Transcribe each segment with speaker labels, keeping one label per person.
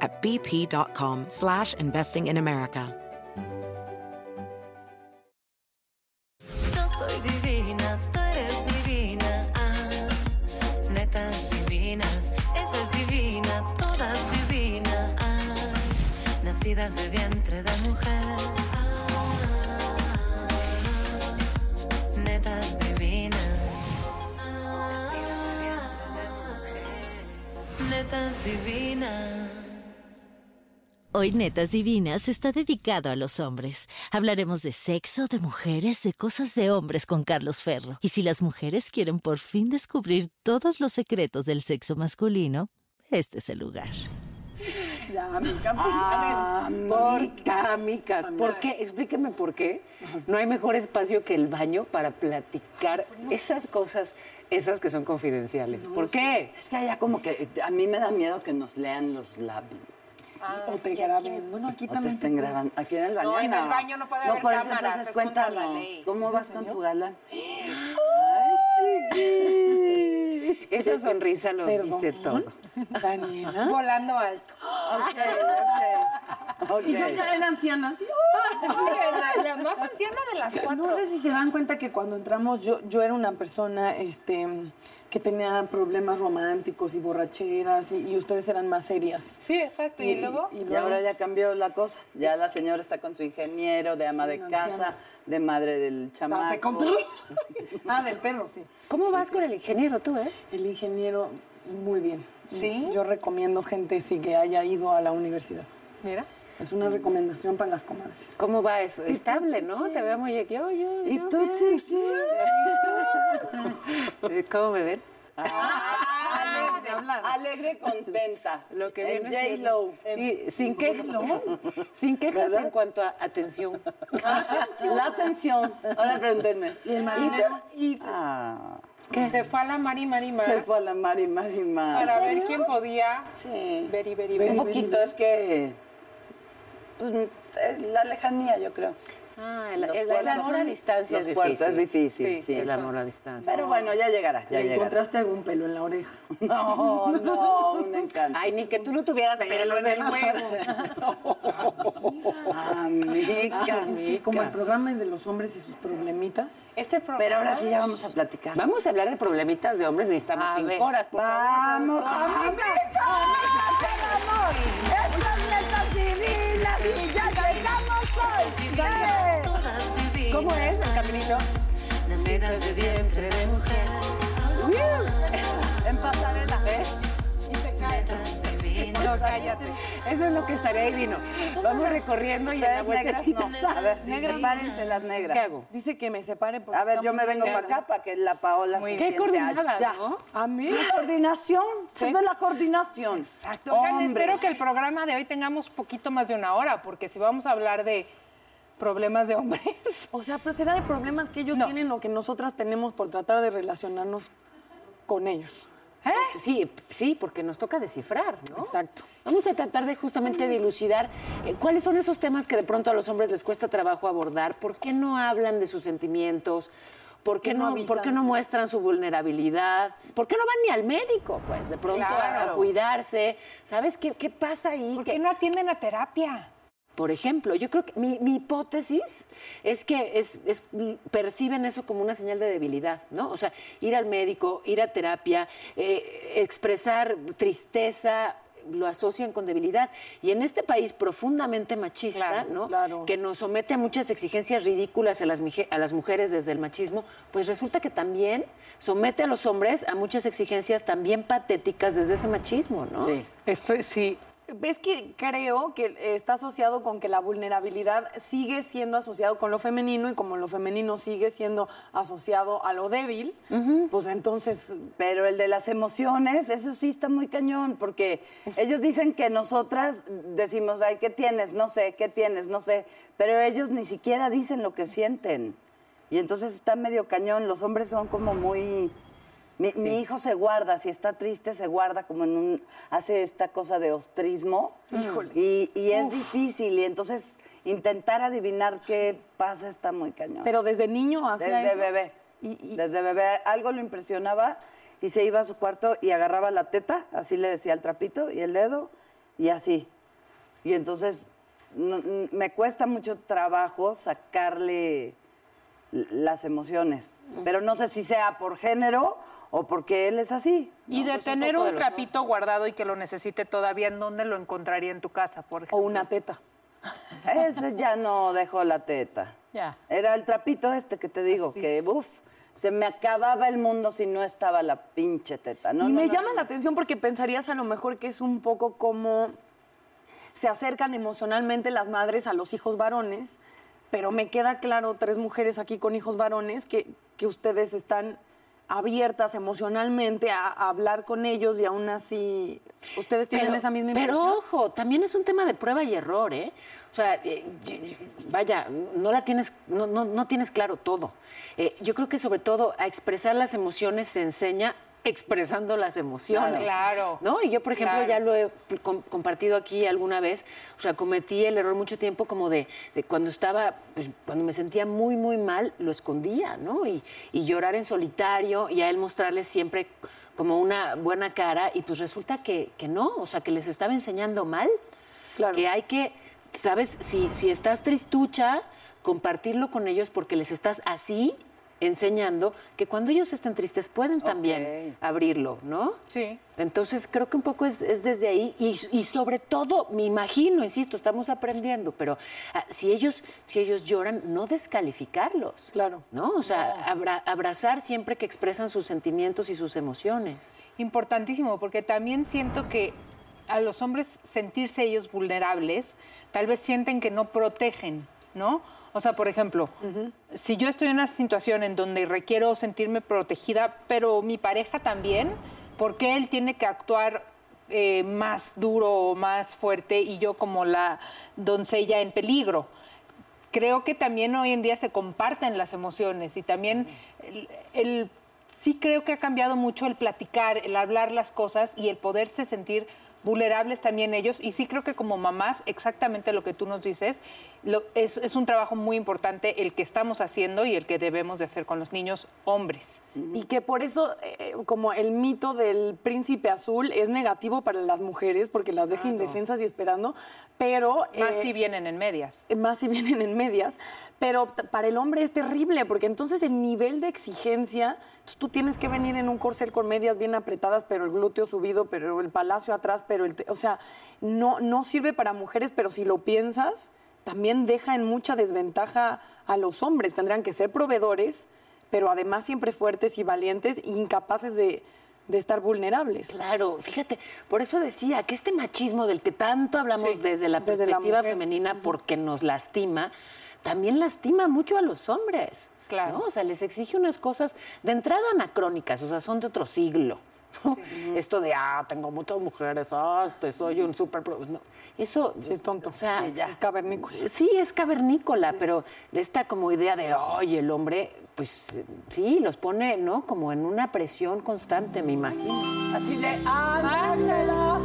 Speaker 1: at bp.com slash investing in America.
Speaker 2: Yo soy divina, tú eres divina. Ah, netas divinas, esa es divina, todas divinas. Ah, nacidas de vientre de mujer. Ah, netas divinas. Ah, netas divinas.
Speaker 3: Hoy Netas Divinas está dedicado a los hombres. Hablaremos de sexo, de mujeres, de cosas de hombres con Carlos Ferro. Y si las mujeres quieren por fin descubrir todos los secretos del sexo masculino, este es el lugar.
Speaker 4: Ah,
Speaker 5: Porta, micas. ¿Por qué? Explíqueme por qué. No hay mejor espacio que el baño para platicar
Speaker 4: pues
Speaker 5: esas cosas, esas que son confidenciales. ¿Por qué?
Speaker 4: Es que allá como que eh, a mí me da miedo que nos lean los labios.
Speaker 6: o te graben. Bueno, aquí
Speaker 4: O te estén grabando. Aquí en el baño.
Speaker 6: No, en el baño no puede haber
Speaker 4: por eso
Speaker 6: cámaras,
Speaker 4: entonces
Speaker 6: es contra la
Speaker 4: cuéntanos.
Speaker 6: ley.
Speaker 4: ¿Cómo vas con tu galán?
Speaker 5: Esa sonrisa lo
Speaker 6: Perdón.
Speaker 5: dice todo.
Speaker 6: Daniela. Volando alto.
Speaker 4: Ok.
Speaker 6: Y yo ya era anciana, ¿sí?
Speaker 7: la, la más anciana de las cuatro.
Speaker 6: No sé si se dan cuenta que cuando entramos yo, yo era una persona este, que tenía problemas románticos y borracheras y, y ustedes eran más serias.
Speaker 7: Sí, exacto. Y, luego,
Speaker 6: Ah, y
Speaker 4: Y
Speaker 6: luego-
Speaker 4: ahora ya cambió la cosa. Ya la señora está con su ingeniero, de ama de
Speaker 6: una
Speaker 4: casa,
Speaker 6: anciana.
Speaker 4: de madre del
Speaker 6: Ah, te
Speaker 4: chamaco.
Speaker 6: controlo. ah, del perro, sí.
Speaker 5: ¿Cómo vas con el ingeniero tú, eh?
Speaker 6: El ingeniero, muy bien.
Speaker 7: ¿Sí?
Speaker 6: Yo recomiendo gente sí que haya ido a la universidad.
Speaker 7: mira.
Speaker 6: Es una recomendación para las comadres.
Speaker 5: ¿Cómo va? Es estable, ¿no? Te veo muy... Yo, yo,
Speaker 4: ¿Y
Speaker 5: yo,
Speaker 4: tú,
Speaker 5: bien.
Speaker 4: chiquita?
Speaker 5: Eh, ¿Cómo me ven?
Speaker 6: Ah,
Speaker 4: Alegre, contenta.
Speaker 5: Lo que
Speaker 4: en
Speaker 5: viene siendo-
Speaker 4: J-Lo.
Speaker 5: Sí, sin, que, sin quejas
Speaker 4: ¿Verdad?
Speaker 5: en cuanto a atención.
Speaker 4: Ah, La atención. Ahora pregúntenme.
Speaker 6: Y el marinero.
Speaker 7: Y
Speaker 4: Ah,
Speaker 7: se fue a la Mari Mari Mari
Speaker 4: se fue a la Mari Mari Mari.
Speaker 7: para ver quién podía
Speaker 4: Sí.
Speaker 7: ver y ver y
Speaker 4: Un
Speaker 7: ver.
Speaker 4: poquito, es que. Pues, eh, la lejanía, yo creo.
Speaker 5: Ah, el, el
Speaker 4: puertos-
Speaker 5: amor a distancia es
Speaker 4: los puertos
Speaker 5: difícil.
Speaker 4: es difícil, sí,
Speaker 5: el
Speaker 4: eso.
Speaker 5: amor a distancia.
Speaker 4: Pero bueno, ya llegará, ya
Speaker 6: ¿Le
Speaker 4: llegará.
Speaker 6: encontraste algún pelo en la oreja?
Speaker 4: No, no, un encanto.
Speaker 5: Ay, ni que tú no tuvieras pelo en el huevo.
Speaker 4: Amiga,
Speaker 6: Y como el
Speaker 4: amiga.
Speaker 6: programa es de los hombres y sus problemitas,
Speaker 7: Este programa.
Speaker 4: Pero ahora sí ya vamos a platicar.
Speaker 5: Vamos a hablar de problemitas de hombres, necesitamos
Speaker 7: A
Speaker 5: cinco
Speaker 7: ver.
Speaker 5: horas. por favor. Ah,
Speaker 4: Vamos, amiga.
Speaker 2: Todas divinas.
Speaker 5: ¿Cómo es el caminito?
Speaker 2: Nacidas de vientre de mujer.
Speaker 4: En pasarela. ¿eh?
Speaker 2: Netas divinas.
Speaker 7: No, cállate.
Speaker 5: Eso es lo que estaría divino. Vamos recorriendo y en la
Speaker 4: Ustedes negras
Speaker 5: vueltecita.
Speaker 4: no. A ver, sepárense las negras.
Speaker 5: ¿Qué hago?
Speaker 6: dice que me separe porque
Speaker 4: A ver,
Speaker 6: está
Speaker 4: yo
Speaker 6: muy
Speaker 4: me vengo para
Speaker 6: peleada.
Speaker 4: acá para que la Paola se
Speaker 5: Qué
Speaker 4: siente
Speaker 5: coordinadas,
Speaker 4: allá.
Speaker 5: ¿no?
Speaker 6: A mí.
Speaker 4: ¿Qué coordinación? Eso es la coordinación.
Speaker 7: Exacto. Oigan,
Speaker 4: Hombres.
Speaker 7: espero que el programa de hoy tengamos poquito más de una hora, porque si vamos a hablar de problemas de hombres.
Speaker 6: O sea, pero será de problemas que ellos
Speaker 7: No.
Speaker 6: tienen o que nosotras tenemos por tratar de relacionarnos con ellos.
Speaker 7: ¿Eh?
Speaker 5: Sí, sí, porque nos toca descifrar, ¿no?
Speaker 6: Exacto.
Speaker 5: Vamos a tratar de justamente dilucidar eh, cuáles son esos temas que de pronto a los hombres les cuesta trabajo abordar, por qué no hablan de sus sentimientos, por qué,
Speaker 6: qué no
Speaker 5: no,
Speaker 6: avisan?
Speaker 5: por qué no muestran su vulnerabilidad, por qué no van ni al médico, pues, de pronto a- a,
Speaker 7: Claro.
Speaker 5: cuidarse. ¿Sabes qué, qué pasa ahí?
Speaker 7: ¿Por
Speaker 5: ¿Qué-
Speaker 7: qué no atienden a terapia?
Speaker 5: Por ejemplo, yo creo que mi, mi hipótesis es que es, es- perciben eso como una señal de debilidad, ¿no? O sea, ir al médico, ir a terapia, eh, expresar tristeza, lo asocian con debilidad. Y en este país profundamente machista,
Speaker 7: Claro,
Speaker 5: ¿no?
Speaker 6: claro.
Speaker 5: Que nos somete a muchas exigencias ridículas a las, mije- a las mujeres desde el machismo, pues resulta que también somete a los hombres a muchas exigencias también patéticas desde ese machismo, ¿no?
Speaker 6: Sí.
Speaker 7: Esto sí.
Speaker 6: Es que creo que eh, está asociado con que la vulnerabilidad sigue siendo asociado con lo femenino y como lo femenino sigue siendo asociado a lo débil, pues entonces
Speaker 4: Pero el de las emociones, eso sí está muy cañón, porque ellos dicen que nosotras decimos, ay, ¿qué tienes? No sé, ¿qué tienes? No sé. Pero ellos ni siquiera dicen lo que sienten. Y entonces está medio cañón. Los hombres son como muy... Mi, mi hijo se guarda, si está triste se guarda como en un... hace esta cosa de ostrismo. Híjole. Y, y es difícil, y entonces intentar adivinar qué pasa está muy cañón.
Speaker 6: pero desde niño hacia
Speaker 4: Desde
Speaker 6: eso.
Speaker 4: bebé.
Speaker 6: Y- y-
Speaker 4: Desde bebé algo lo impresionaba y se iba a su cuarto y agarraba la teta, así le decía el trapito y el dedo y así. Y entonces no- n- me cuesta mucho trabajo sacarle l- las emociones, pero no sé si sea por género o porque él es así.
Speaker 7: Y de
Speaker 4: pues,
Speaker 7: tener un trapito guardado y que lo necesite todavía, ¿en dónde lo encontraría en tu casa, por
Speaker 6: o
Speaker 7: ejemplo?
Speaker 6: una teta.
Speaker 4: Ese ya no dejó la teta.
Speaker 7: Ya.
Speaker 4: Era el trapito este que te digo, que uff, se me acababa el mundo si no estaba la pinche teta. No,
Speaker 6: y
Speaker 4: no,
Speaker 6: me
Speaker 4: no,
Speaker 6: llama
Speaker 4: no.
Speaker 6: la atención porque pensarías a lo mejor que es un poco como se acercan emocionalmente las madres a los hijos varones, pero me queda claro, tres mujeres aquí con hijos varones, que, que ustedes están abiertas emocionalmente a, a hablar con ellos y aún así ustedes tienen esa misma
Speaker 5: pero,
Speaker 6: impresión.
Speaker 5: ojo, también es un tema de prueba y error, ¿eh? O sea, eh, y- y- vaya, no la tienes, no, no, no tienes claro todo. Eh, yo creo que sobre todo a expresar las emociones se enseña expresando las emociones.
Speaker 6: Ah,
Speaker 7: Claro.
Speaker 5: ¿No? Y yo, por ejemplo,
Speaker 7: Claro.
Speaker 5: ya lo he com- compartido aquí alguna vez, o sea, cometí el error mucho tiempo como de, de cuando estaba, pues, cuando me sentía muy, muy mal, lo escondía, ¿no? Y, y llorar en solitario y a él mostrarles siempre como una buena cara y pues resulta que, que no, o sea, que les estaba enseñando mal,
Speaker 6: Claro.
Speaker 5: que hay que, ¿sabes? Si, si estás tristucha, compartirlo con ellos porque les estás así enseñando que cuando ellos estén tristes pueden también abrirlo, ¿no?
Speaker 7: Sí.
Speaker 5: Entonces creo que un poco es, es desde ahí y, y sobre todo, me imagino, insisto, estamos aprendiendo, pero ah, si, ellos, si ellos lloran, no descalificarlos.
Speaker 6: Claro.
Speaker 5: ¿No? O sea, abra- abrazar siempre que expresan sus sentimientos y sus emociones.
Speaker 7: importantísimo, porque también siento que a los hombres sentirse ellos vulnerables, tal vez sienten que no protegen, ¿no? O sea, por ejemplo, si yo estoy en una situación en donde requiero sentirme protegida, pero mi pareja también, ¿por qué él tiene que actuar eh, más duro o más fuerte y yo como la doncella en peligro? creo que también hoy en día se comparten las emociones y también el, el- sí creo que ha cambiado mucho el platicar, el hablar las cosas y el poderse sentir vulnerables también ellos. Y sí creo que como mamás, exactamente lo que tú nos dices, lo- es, es un trabajo muy importante el que estamos haciendo y el que debemos de hacer con los niños hombres.
Speaker 6: Y que por eso, eh, como el mito del príncipe azul es negativo para las mujeres porque las deja indefensas y esperando, pero...
Speaker 7: Más
Speaker 6: eh,
Speaker 7: si vienen en medias.
Speaker 6: más si vienen en medias, pero t- para el hombre es terrible, porque entonces el nivel de exigencia, entonces tú tienes que venir en un corcel con medias bien apretadas, pero el glúteo subido, pero el palacio atrás, pero el... te- O sea, no, no sirve para mujeres, pero si lo piensas, también deja en mucha desventaja a los hombres. Tendrán que ser proveedores, pero además siempre fuertes y valientes, e incapaces de, de estar vulnerables.
Speaker 5: Claro, fíjate, por eso decía que este machismo del que tanto hablamos desde la
Speaker 6: desde la
Speaker 5: perspectiva
Speaker 6: mujer.
Speaker 5: femenina porque nos lastima, también lastima mucho a los hombres.
Speaker 7: Claro.
Speaker 5: ¿no? O sea, les exige unas cosas de entrada anacrónicas, o sea, son de otro siglo. ¿no? Esto de, ah, tengo muchas mujeres, ah, este, soy un super... No, eso...
Speaker 6: Sí, es tonto.
Speaker 5: O sea,
Speaker 6: Sí, ya. Es cavernícola.
Speaker 5: Sí, es cavernícola, pero esta como idea de, oye, el hombre, pues eh, sí, los pone, ¿no? Como en una presión constante, me imagino.
Speaker 4: Así de, ándela.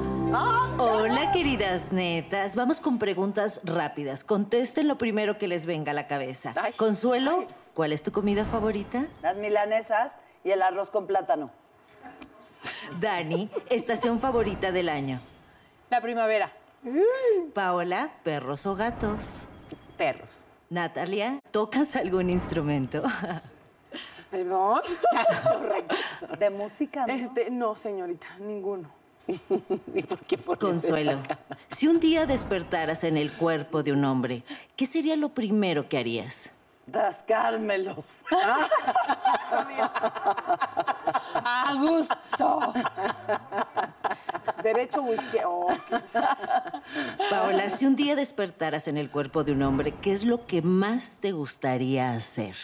Speaker 3: Hola, queridas netas. Vamos con preguntas rápidas. Contesten lo primero que les venga a la cabeza.
Speaker 5: Ay.
Speaker 3: Consuelo, ¿cuál es tu comida favorita?
Speaker 4: Las milanesas y el arroz con plátano.
Speaker 3: Dani, estación favorita del año.
Speaker 7: La primavera.
Speaker 3: Paola, perros o gatos.
Speaker 5: Perros.
Speaker 3: Natalia, ¿tocas algún instrumento?
Speaker 6: Perdón.
Speaker 4: De música, ¿no?
Speaker 6: Este, no, señorita, ninguno.
Speaker 5: ¿Y por qué pones
Speaker 3: Consuelo,
Speaker 5: esa cara?
Speaker 3: si un día despertaras en el cuerpo de un hombre, ¿qué sería lo primero que harías?
Speaker 4: Rascármelos.
Speaker 7: A gusto.
Speaker 6: Derecho o izquierdo. Oh,
Speaker 3: Paola, si un día despertaras en el cuerpo de un hombre, ¿qué es lo que más te gustaría hacer?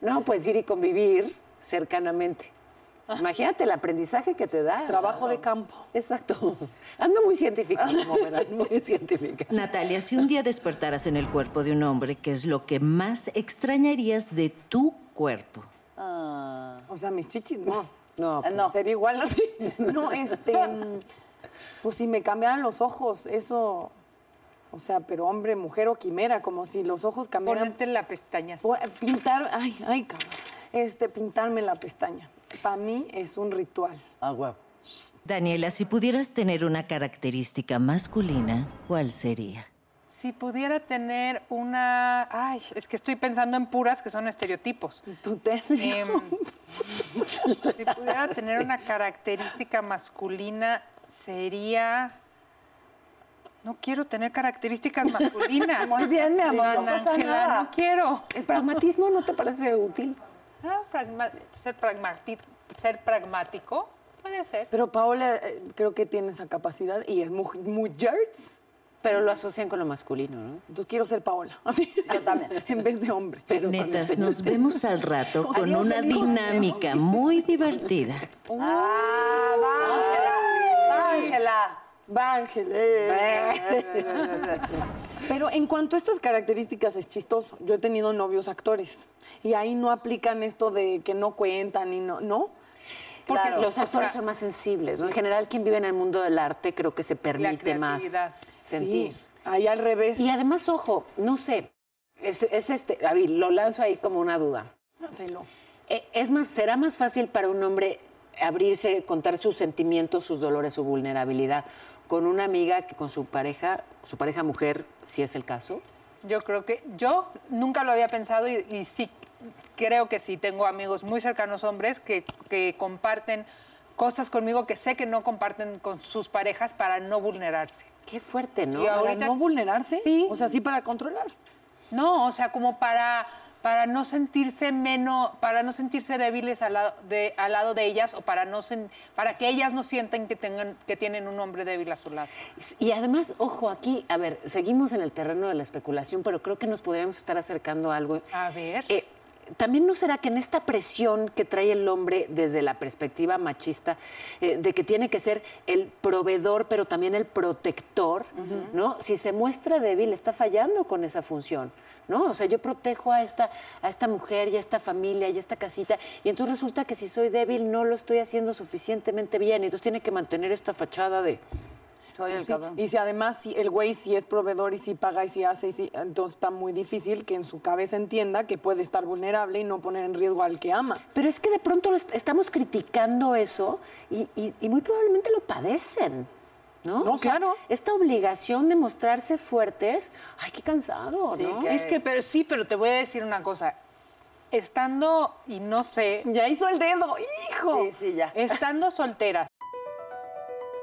Speaker 5: No, pues ir y convivir cercanamente. Imagínate el aprendizaje que te da.
Speaker 6: trabajo de campo. Ah.
Speaker 5: Exacto. Ando muy científica, como verán, muy científica.
Speaker 3: Natalia, si un día despertaras en el cuerpo de un hombre, ¿qué es lo que más extrañarías de tu cuerpo?
Speaker 6: O sea, mis chichis, no.
Speaker 5: No,
Speaker 6: Ah, no. Sería igual así. No, este. mm, Pues si me cambiaran los ojos, eso. O sea, pero hombre, mujer o quimera, como si los ojos cambiaran.
Speaker 7: Ponerte la pestaña.
Speaker 6: Po- Pintar. Ay, ay, cabrón. Este, pintarme la pestaña. Para mí es un ritual.
Speaker 4: Ah, huevo.
Speaker 3: Daniela, si pudieras tener una característica masculina, ¿cuál sería?
Speaker 7: Si pudiera tener una. Ay, es que estoy pensando en puras que son estereotipos.
Speaker 6: Y tú te.
Speaker 7: Em, si pudiera tener una característica masculina, sería. No quiero tener características masculinas.
Speaker 4: Muy bien, mi amor, no
Speaker 7: Ana
Speaker 4: pasa
Speaker 7: Ángela,
Speaker 4: nada.
Speaker 7: No quiero.
Speaker 5: ¿El pragmatismo no te parece útil?
Speaker 7: Ah, pragma- ser, pragmati- ser pragmático puede ser.
Speaker 6: Pero Paola, eh, creo que tiene esa capacidad y es mu- mujer.
Speaker 5: Pero lo asocian con lo masculino, ¿no?
Speaker 6: Entonces quiero ser Paola. Así. Yo también. en vez de hombre.
Speaker 3: Netas, nos vemos al rato con
Speaker 6: Adiós,
Speaker 3: una
Speaker 6: amigos, nos vemos.
Speaker 3: dinámica muy divertida.
Speaker 4: Ah, va, Ángela.
Speaker 6: Va, Ángel. Pero en cuanto a estas características es chistoso. Yo he tenido novios actores y ahí no aplican esto de que no cuentan y no, ¿no?
Speaker 7: Porque
Speaker 5: Claro, los
Speaker 7: o
Speaker 5: actores
Speaker 7: sea,
Speaker 5: son más sensibles. ¿no? En general, quien vive en el mundo del arte creo que se permite más
Speaker 7: creatividad.
Speaker 5: sentir.
Speaker 6: Sí, ahí al revés.
Speaker 5: Y además, ojo, no sé, es, es este, a ver, lo lanzo ahí como una duda.
Speaker 6: Lánzalo.
Speaker 5: E- Es más, será más fácil para un hombre abrirse, contar sus sentimientos, sus dolores, su vulnerabilidad con una amiga que con su pareja, su pareja mujer, si es el caso.
Speaker 7: Yo creo que yo nunca lo había pensado y, y sí, creo que sí. Tengo amigos muy cercanos hombres que, que comparten cosas conmigo que sé que no comparten con sus parejas para no vulnerarse.
Speaker 5: Qué fuerte, ¿no?
Speaker 7: Y
Speaker 6: ¿Para
Speaker 7: ahorita-
Speaker 6: no vulnerarse?
Speaker 7: Sí.
Speaker 6: O sea, sí para controlar.
Speaker 7: No, o sea, como para, para no sentirse menos, para no sentirse débiles al lado de, al lado de ellas o para, no sen- para que ellas no sientan que, tengan, que tienen un hombre débil a su lado.
Speaker 5: Y además, ojo, aquí, a ver, seguimos en el terreno de la especulación, pero creo que nos podríamos estar acercando a algo.
Speaker 7: A ver.
Speaker 5: Eh, también no será que en esta presión que trae el hombre desde la perspectiva machista, eh, de que tiene que ser el proveedor, pero también el protector, ¿no? Si se muestra débil, está fallando con esa función. ¿No? O sea, yo protejo a esta, a esta mujer y a esta familia y a esta casita, y entonces resulta que si soy débil no lo estoy haciendo suficientemente bien, entonces tiene que mantener esta fachada de,
Speaker 4: Soy
Speaker 6: Sí,
Speaker 4: el cabrón.
Speaker 6: Y si además si el güey sí es proveedor y sí paga y sí hace, y sí, entonces está muy difícil que en su cabeza entienda que puede estar vulnerable y no poner en riesgo al que ama.
Speaker 5: Pero es que de pronto lo est- estamos criticando eso y, y- y muy probablemente lo padecen. ¿No?
Speaker 6: No, claro.
Speaker 5: Esta obligación de mostrarse fuertes, ay, qué cansado, ¿no?
Speaker 7: Es que pero sí, pero te voy a decir una cosa. Estando, y no sé,
Speaker 6: Ya hizo el dedo, hijo.
Speaker 4: Sí, sí, ya.
Speaker 7: estando soltera,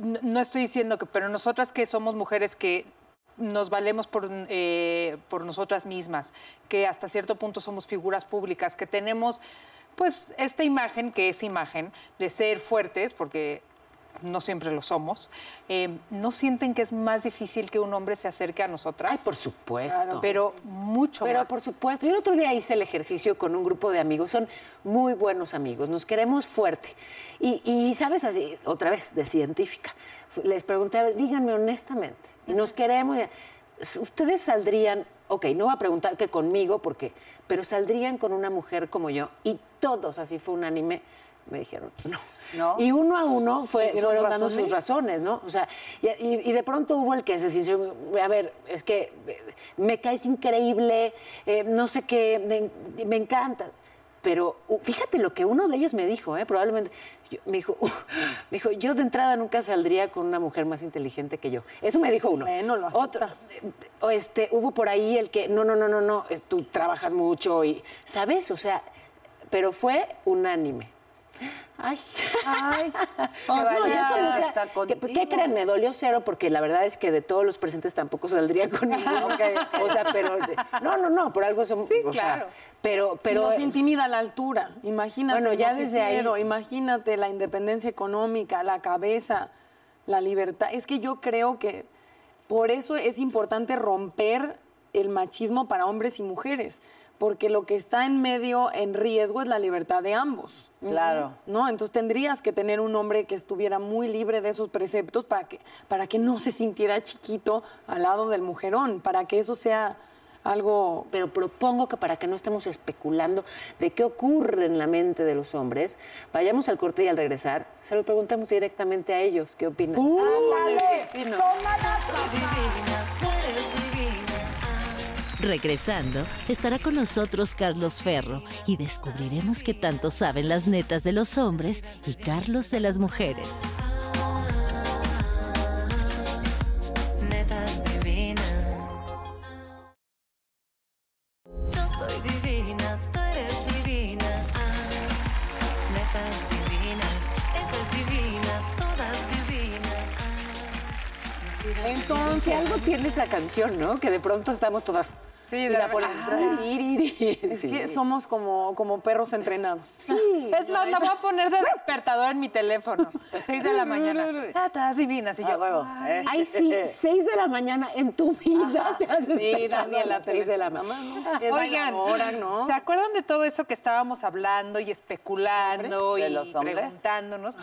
Speaker 7: no, no estoy diciendo que, pero nosotras que somos mujeres que nos valemos por, eh, por nosotras mismas, que hasta cierto punto somos figuras públicas, que tenemos pues esta imagen, que es imagen, de ser fuertes, porque no siempre lo somos, eh, ¿no sienten que es más difícil que un hombre se acerque a nosotras?
Speaker 5: Ay, por supuesto.
Speaker 7: Pero mucho
Speaker 5: Pero
Speaker 7: más.
Speaker 5: por supuesto, yo el otro día hice el ejercicio con un grupo de amigos, son muy buenos amigos, nos queremos fuerte. Y, y, sabes, así, otra vez, de científica, Fu- les pregunté, a ver, díganme honestamente, y nos queremos, y- ustedes saldrían, ok, no va a preguntar que conmigo, porque, pero saldrían con una mujer como yo, y todos, así fue unánime, me dijeron, no.
Speaker 4: ¿No?
Speaker 5: Y uno a uno fue,
Speaker 4: ¿Tuvieron
Speaker 5: fueron dando sus
Speaker 4: razones?
Speaker 5: razones, ¿no? O sea, y, y- y de pronto hubo el que se sinceró, a ver, es que eh, me caes increíble, eh, no sé qué, me, en- me encanta. Pero u- fíjate lo que uno de ellos me dijo, ¿eh? probablemente. yo- me, dijo, "Uf", me dijo, yo de entrada nunca saldría con una mujer más inteligente que yo. Eso me dijo uno.
Speaker 6: Bueno, lo
Speaker 5: Otro,
Speaker 6: acepta.
Speaker 5: eh, o este, hubo por ahí el que, no, no, no, no, no, es- tú trabajas mucho y, ¿sabes? O sea, pero fue unánime. Ay,
Speaker 4: Ay,
Speaker 5: no, yo
Speaker 4: qué valiente
Speaker 5: como sea, pues,
Speaker 4: estar
Speaker 5: ¿qué,
Speaker 4: contigo.
Speaker 5: qué creen? Me dolió cero porque la verdad es que de todos los presentes tampoco saldría con ninguno. O sea, pero. No, no, no, por algo son. o sea,
Speaker 7: claro.
Speaker 5: pero,
Speaker 6: Pero
Speaker 5: pero. eh,
Speaker 6: nos intimida la altura, imagínate.
Speaker 5: Bueno,
Speaker 6: el
Speaker 5: ya desde ahí.
Speaker 6: noticiero, Imagínate la independencia económica, la cabeza, la libertad. Es que yo creo que por eso es importante romper el machismo para hombres y mujeres, porque lo que está en medio en riesgo es la libertad de ambos.
Speaker 4: Claro.
Speaker 6: ¿no? Entonces tendrías que tener un hombre que estuviera muy libre de esos preceptos para que, para que no se sintiera chiquito al lado del mujerón, para que eso sea algo
Speaker 5: pero propongo que para que no estemos especulando de qué ocurre en la mente de los hombres, vayamos al corte y al regresar, se lo preguntamos directamente a ellos. ¿Qué opinan?
Speaker 3: Regresando, estará con nosotros Carlos Ferro y descubriremos qué tanto saben las netas de los hombres y Carlos de las mujeres.
Speaker 2: Netas divinas. Yo soy divina, tú eres divina. Ah, netas divinas, esa es divina, todas divinas. ah.
Speaker 5: Entonces, algo tiene esa canción, ¿no? Que de pronto estamos todas.
Speaker 7: Sí,
Speaker 5: y
Speaker 7: de
Speaker 5: la
Speaker 7: re-
Speaker 5: ponen-
Speaker 6: Es que somos como, como perros entrenados.
Speaker 7: Es más, la voy a poner de despertador en mi teléfono. 6 de la mañana. Tatas divinas. Y yo, ay,
Speaker 5: Ay, sí, 6 de la mañana en tu vida te has despertado a las 6 de la mañana.
Speaker 7: Oigan, ¿se acuerdan de todo eso que estábamos hablando y especulando
Speaker 4: ¿De
Speaker 7: y
Speaker 4: los hombres?
Speaker 7: preguntándonos?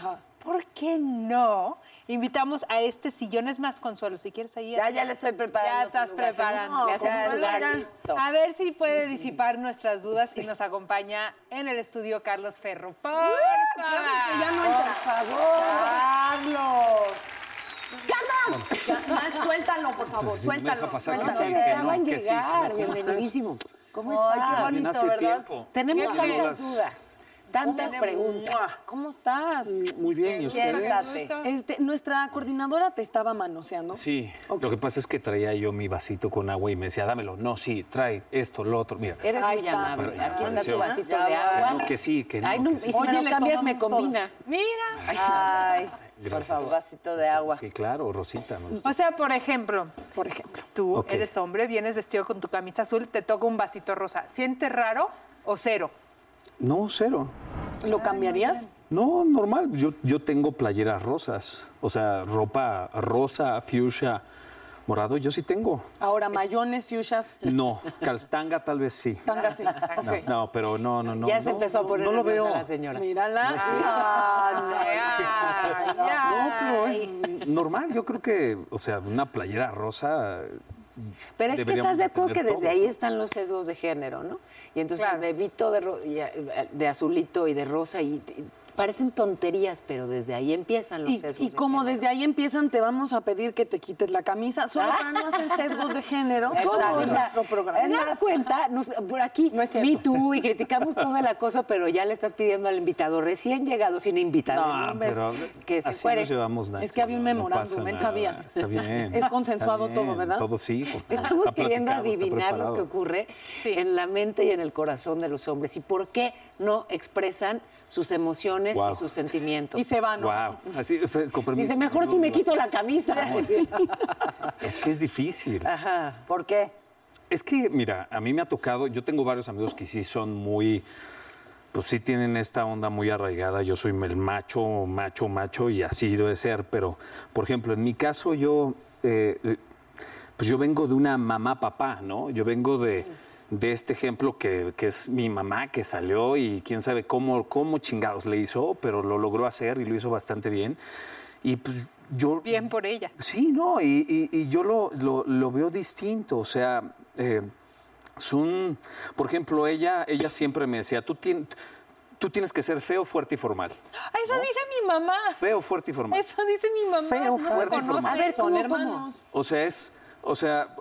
Speaker 7: ¿Por qué no invitamos a este sillón es más consuelo? Si quieres ahí.
Speaker 4: Ya, ya le estoy preparando.
Speaker 7: Ya estás
Speaker 4: su lugar.
Speaker 7: preparando.
Speaker 4: No,
Speaker 7: Le hacemos
Speaker 4: Consuelo,
Speaker 7: lugar.
Speaker 4: ya listo.
Speaker 7: A ver si puede disipar nuestras dudas y nos acompaña en el estudio Carlos Ferro. Por favor.
Speaker 6: Ya no
Speaker 4: Por
Speaker 6: entra.
Speaker 4: favor. Carlos.
Speaker 6: Más suéltalo, por favor, suéltalo.
Speaker 5: No se dejaban llegar, bienvenidísimo. ¿Cómo
Speaker 4: Ay, qué
Speaker 5: estás?
Speaker 4: bonito, ¿verdad?
Speaker 5: Tenemos tantas dudas, tantas preguntas.
Speaker 6: ¿Cómo estás?
Speaker 8: Muy bien, ¿y usted?
Speaker 4: Siéntate.
Speaker 6: Este, nuestra coordinadora te estaba manoseando.
Speaker 8: Sí, lo que pasa es que traía yo mi vasito con agua y me decía, dámelo. No, sí, trae esto, lo otro. Mira,
Speaker 5: Eres
Speaker 6: Ahí
Speaker 5: muy
Speaker 6: está.
Speaker 5: amable. Aquí está
Speaker 8: Pareció.
Speaker 5: tu vasito
Speaker 4: Ya
Speaker 5: de
Speaker 4: va.
Speaker 5: agua.
Speaker 8: No, que sí, que no,
Speaker 5: Ay, no,
Speaker 8: que sí.
Speaker 5: y si
Speaker 6: Oye,
Speaker 5: me
Speaker 6: le
Speaker 5: lo cambias, me
Speaker 6: tomamos
Speaker 5: combina.
Speaker 7: Mira.
Speaker 4: Ay, por
Speaker 8: Gracias.
Speaker 4: favor, vasito de agua.
Speaker 8: sí, claro, Rosita. me gusta.
Speaker 7: O sea, por ejemplo,
Speaker 6: Por ejemplo.
Speaker 7: tú
Speaker 8: Ok.
Speaker 7: eres hombre, vienes vestido con tu camisa azul, te toca un vasito rosa. ¿Sientes raro o cero?
Speaker 8: No, cero.
Speaker 6: ¿Lo cambiarías?
Speaker 8: No, normal. Yo, yo tengo playeras rosas. O sea, ropa rosa, fuchsia, morado, yo sí tengo.
Speaker 6: Ahora, mayones, fuchsias,
Speaker 8: No, calstanga tal vez sí.
Speaker 6: tanga sí.
Speaker 8: No,
Speaker 6: Ok.
Speaker 8: no, pero no, no, no.
Speaker 5: Ya se
Speaker 8: no,
Speaker 5: empezó a
Speaker 8: no,
Speaker 5: poner
Speaker 8: No lo
Speaker 5: nerviosa
Speaker 8: veo.
Speaker 5: la señora. Ah,
Speaker 6: Mírala. Ah, pues,
Speaker 7: Ay, ay.
Speaker 8: No, pero es normal. Yo creo que, o sea, una playera rosa.
Speaker 5: Pero es que
Speaker 8: deberíamos
Speaker 5: estás de acuerdo que
Speaker 8: tener
Speaker 5: desde
Speaker 8: todos,
Speaker 5: ahí
Speaker 8: ¿no?
Speaker 5: están los sesgos de género, ¿no? Y entonces
Speaker 7: Claro.
Speaker 5: el bebito de, ro- y, eh, de azulito y de rosa y, y parecen tonterías, pero desde ahí empiezan los
Speaker 6: Y,
Speaker 5: sesgos.
Speaker 6: y
Speaker 5: de
Speaker 6: como
Speaker 5: género.
Speaker 6: desde ahí empiezan, te vamos a pedir que te quites la camisa, solo para no hacer sesgos de género.
Speaker 5: ¿Cómo?
Speaker 6: en
Speaker 5: ¿Ah? O sea,
Speaker 6: nuestro programa.
Speaker 5: ¿Te das cuenta? Nos- por aquí,
Speaker 6: No es cierto.
Speaker 5: me tú y criticamos todo el acoso, pero ya le estás pidiendo al invitado recién llegado, sin invitado,
Speaker 8: No,
Speaker 6: Pues,
Speaker 5: un beso,
Speaker 8: pero
Speaker 5: que se
Speaker 8: así
Speaker 5: fuere.
Speaker 8: nos llevamos Nancy,
Speaker 6: Es que había un
Speaker 8: no- no
Speaker 6: memorándum,
Speaker 8: pasa
Speaker 6: él
Speaker 8: nada,
Speaker 6: sabía.
Speaker 8: Está bien.
Speaker 6: Es consensuado
Speaker 8: está bien,
Speaker 6: todo, ¿verdad?
Speaker 8: Todo sí. porque
Speaker 5: Estamos
Speaker 8: está
Speaker 5: queriendo
Speaker 8: platicado, está
Speaker 5: adivinar lo que
Speaker 8: preparado.
Speaker 5: ocurre
Speaker 7: Sí.
Speaker 5: en la mente y en el corazón de los hombres y por qué no expresan sus emociones emociones
Speaker 8: Guau.
Speaker 5: y sus sentimientos.
Speaker 6: Y se van.
Speaker 8: Wow. Así, fue, con permiso.
Speaker 5: Dice, mejor si me quito la camisa.
Speaker 8: Es que es difícil.
Speaker 5: Ajá.
Speaker 4: ¿Por qué?
Speaker 8: Es que, mira, a mí me ha tocado, yo tengo varios amigos que sí son muy, pues sí tienen esta onda muy arraigada, yo soy el macho, macho, macho y así debe ser, pero, por ejemplo, en mi caso yo, eh, eh, pues yo vengo de una mamá, papá, ¿no? Yo vengo de, de este ejemplo que, que es mi mamá que salió y quién sabe cómo, cómo chingados le hizo, pero lo logró hacer y lo hizo bastante bien. Y pues yo...
Speaker 7: Bien por ella.
Speaker 8: Sí, no, y, y- y yo lo, lo- lo veo distinto, o sea, eh, son, por ejemplo, ella, ella siempre me decía, tú, tien- tú tienes que ser feo, fuerte y formal.
Speaker 7: Ah, Eso dice mi mamá.
Speaker 8: Feo, fuerte y formal.
Speaker 7: Eso dice mi mamá.
Speaker 8: Feo,
Speaker 7: no se
Speaker 8: fuerte y
Speaker 7: conoce.
Speaker 8: formal.
Speaker 7: A ver,
Speaker 6: Son
Speaker 7: ¿cómo,
Speaker 6: hermanos.
Speaker 8: O sea, es, o sea,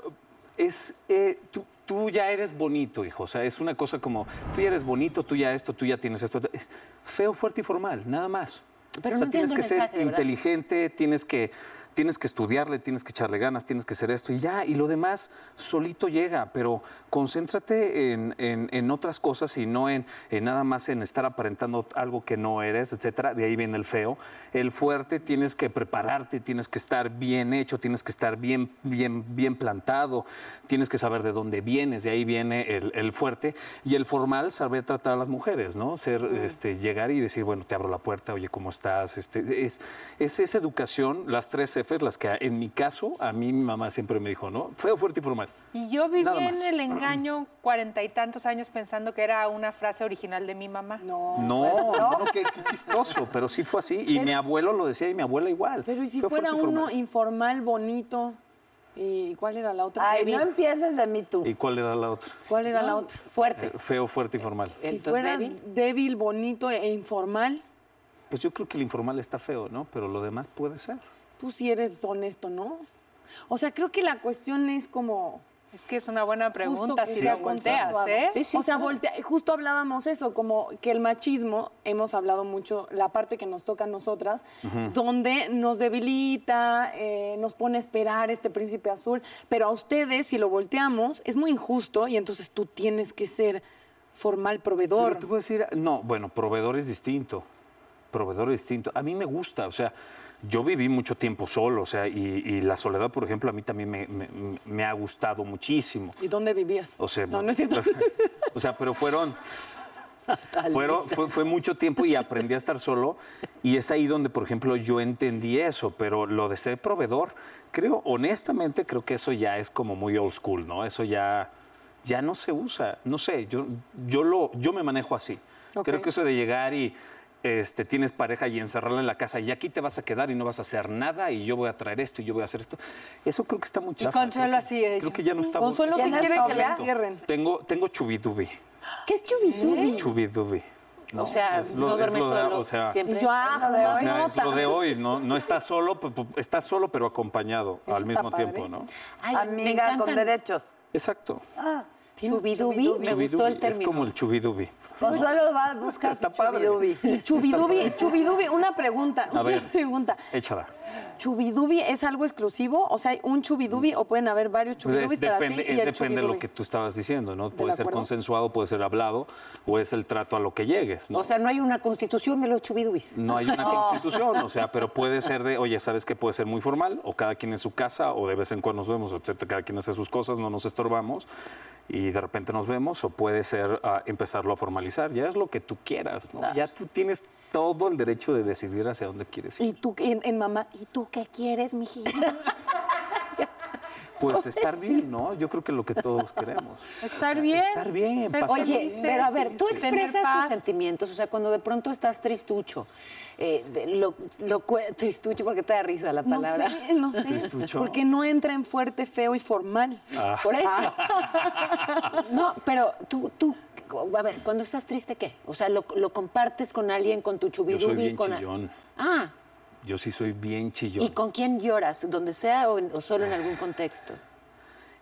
Speaker 8: es, eh, tú, tú ya eres bonito, hijo, o sea, es una cosa como, tú ya eres bonito, tú ya esto, tú ya tienes esto, es feo, fuerte y formal, nada más.
Speaker 5: Pero
Speaker 8: o sea,
Speaker 5: no
Speaker 8: tienes
Speaker 5: entiendo
Speaker 8: que
Speaker 5: el
Speaker 8: ser
Speaker 5: mensaje, de verdad.
Speaker 8: inteligente, tienes que, tienes que estudiarle, tienes que echarle ganas, tienes que hacer esto y ya, y lo demás solito llega, pero concéntrate en, en- en otras cosas y no en, en nada más en estar aparentando algo que no eres, etcétera. De ahí viene el feo. El fuerte tienes que prepararte, tienes que estar bien hecho, tienes que estar bien, bien, bien plantado, tienes que saber de dónde vienes, de ahí viene el, el fuerte. Y el formal, saber tratar a las mujeres, ¿no? Ser, este, llegar y decir, bueno, te abro la puerta, oye, ¿cómo estás? Este, es, es esa educación, las tres Fs, las que en mi caso, a mí mi mamá siempre me dijo, ¿no? Feo, fuerte y formal.
Speaker 7: Y yo viví
Speaker 8: Nada más.
Speaker 7: en el engaño cuarenta y tantos años pensando que era una frase original de mi mamá.
Speaker 6: No.
Speaker 8: No, no, qué, qué chistoso, pero sí fue así. Y mi abuelo lo decía y mi abuela igual.
Speaker 6: Pero ¿y si
Speaker 8: Feo,
Speaker 6: fuera
Speaker 8: fuerte y
Speaker 6: uno
Speaker 8: formal.
Speaker 6: informal, bonito? ¿Y cuál era la otra?
Speaker 4: Ay,
Speaker 6: Debbie,
Speaker 4: no empieces de mí tú.
Speaker 8: ¿Y cuál era la otra?
Speaker 6: ¿Cuál era la otra?
Speaker 5: Fuerte.
Speaker 8: Eh, Feo, fuerte y formal.
Speaker 6: Si
Speaker 5: Entonces,
Speaker 6: fueras
Speaker 5: débil.
Speaker 6: débil, bonito e informal,
Speaker 8: Pues yo creo que el informal está feo, ¿no? Pero lo demás puede ser.
Speaker 6: tú sí eres honesto, ¿no? O sea, creo que la cuestión es como...
Speaker 7: Es que es una buena pregunta
Speaker 6: que
Speaker 7: si
Speaker 6: sea
Speaker 7: la volteas,
Speaker 6: consensuado.
Speaker 7: ¿eh?
Speaker 6: o sea, voltea- justo hablábamos eso, como que el machismo, hemos hablado mucho, la parte que nos toca a nosotras, donde nos debilita, eh, nos pone a esperar este príncipe azul, pero a ustedes, si lo volteamos, es muy injusto y entonces tú tienes que ser formal proveedor.
Speaker 8: Pero te puedo decir, no, bueno, proveedor es distinto. Proveedor es distinto. A mí me gusta, o sea, yo viví mucho tiempo solo, o sea, y, y la soledad, por ejemplo, a mí también me, me- me ha gustado muchísimo.
Speaker 6: ¿Y dónde vivías?
Speaker 8: O sea,
Speaker 6: no, no es cierto.
Speaker 8: O sea, pero fueron. fueron- fue, fue mucho tiempo y aprendí a estar solo. Y es ahí donde, por ejemplo, yo entendí eso. Pero lo de ser proveedor, creo, honestamente, creo que eso ya es como muy old school, ¿no? Eso ya, ya no se usa. No sé, yo, yo, lo, yo me manejo así.
Speaker 6: Ok.
Speaker 8: Creo que eso de llegar y. Este, tienes pareja y encerrarla en la casa y aquí te vas a quedar y no vas a hacer nada y yo voy a traer esto y yo voy a hacer esto. Eso creo que está muy chafa. Creo
Speaker 7: Consuelo
Speaker 8: que-
Speaker 7: así, de
Speaker 8: Creo
Speaker 7: hecho.
Speaker 8: que ya no está
Speaker 6: Consuelo sí
Speaker 4: ¿Tienes
Speaker 6: quiere que la
Speaker 4: novia?
Speaker 6: encierren.
Speaker 8: tengo, tengo chubidubi.
Speaker 5: ¿Qué es
Speaker 6: ¿Eh?
Speaker 5: chubitubi?
Speaker 8: Chubidubi.
Speaker 5: ¿Eh? O sea,
Speaker 8: Es lo-
Speaker 5: no
Speaker 8: es
Speaker 5: duerme
Speaker 8: lo de-
Speaker 5: solo.
Speaker 8: o sea-
Speaker 5: siempre.
Speaker 6: Y yo, ah,
Speaker 8: O
Speaker 6: no,
Speaker 8: sea,
Speaker 6: no,
Speaker 8: es lo de hoy, ¿no? No está solo, pu- pu- está solo, pero acompañado
Speaker 6: Eso
Speaker 8: al
Speaker 6: está
Speaker 8: mismo
Speaker 6: padre.
Speaker 8: tiempo, ¿no?
Speaker 5: Ay, me
Speaker 4: Amiga
Speaker 5: encantan.
Speaker 4: con Ah, derechos.
Speaker 8: Exacto.
Speaker 5: Chubidubi, me gustó
Speaker 8: Chubidubi,
Speaker 5: el término.
Speaker 8: Es como el chubidubi.
Speaker 4: Consuelo Pues va a buscar su
Speaker 8: Está padre.
Speaker 4: chubidubi.
Speaker 6: Y Chubidubi, Chubidubi, una pregunta,
Speaker 8: A
Speaker 6: una
Speaker 8: ver,
Speaker 6: pregunta.
Speaker 8: échala.
Speaker 6: ¿Chubidubi es algo exclusivo? O sea, ¿hay un chubidubi o pueden haber varios
Speaker 8: Pues es-
Speaker 6: chubidubis para ti
Speaker 8: depende
Speaker 6: y
Speaker 8: es
Speaker 6: el
Speaker 8: depende de lo
Speaker 6: chubidubi?
Speaker 8: que tú estabas diciendo, ¿no? Puede ser
Speaker 6: acuerdo?
Speaker 8: consensuado, puede ser hablado, o es el trato a lo que llegues, ¿no?
Speaker 5: O sea, no hay una constitución de los chubidubis.
Speaker 8: No hay una constitución, o sea, pero puede ser de, oye, sabes que puede ser muy formal, o cada quien en su casa, o de vez en cuando nos vemos, etcétera, cada quien hace sus cosas, no nos estorbamos, y de repente nos vemos, o puede ser ah, empezarlo a formalizar, ya es lo que tú quieras, ¿no? Ya tú tienes todo el derecho de decidir hacia dónde quieres ir.
Speaker 6: Y tú, en, en mamá, ¿y tú qué quieres, mijita?
Speaker 8: Pues estar bien, ¿no? Yo creo que es lo que todos queremos.
Speaker 7: Estar bien.
Speaker 8: Estar bien,
Speaker 7: Ser
Speaker 8: pasar
Speaker 7: felices,
Speaker 5: Oye, pero a ver, tú
Speaker 7: tener
Speaker 5: expresas tus
Speaker 7: paz.
Speaker 5: sentimientos, o sea, cuando de pronto estás tristucho, eh, de- lo, lo cue- tristucho porque te da risa la
Speaker 6: No
Speaker 5: palabra.
Speaker 6: sé, no sé.
Speaker 8: Tristucho. Ah,
Speaker 6: Porque no entra en fuerte, feo y formal.
Speaker 5: Por eso. No, pero tú, tú, a ver, cuando estás triste, ¿qué? O sea, lo, lo compartes con alguien, con tu
Speaker 8: Yo
Speaker 5: chubidubi.
Speaker 8: soy bien
Speaker 5: con
Speaker 8: chillón.
Speaker 5: Ah,
Speaker 8: Yo sí soy bien chillón.
Speaker 5: ¿y con quién lloras? ¿Donde sea o, en- o solo en algún contexto?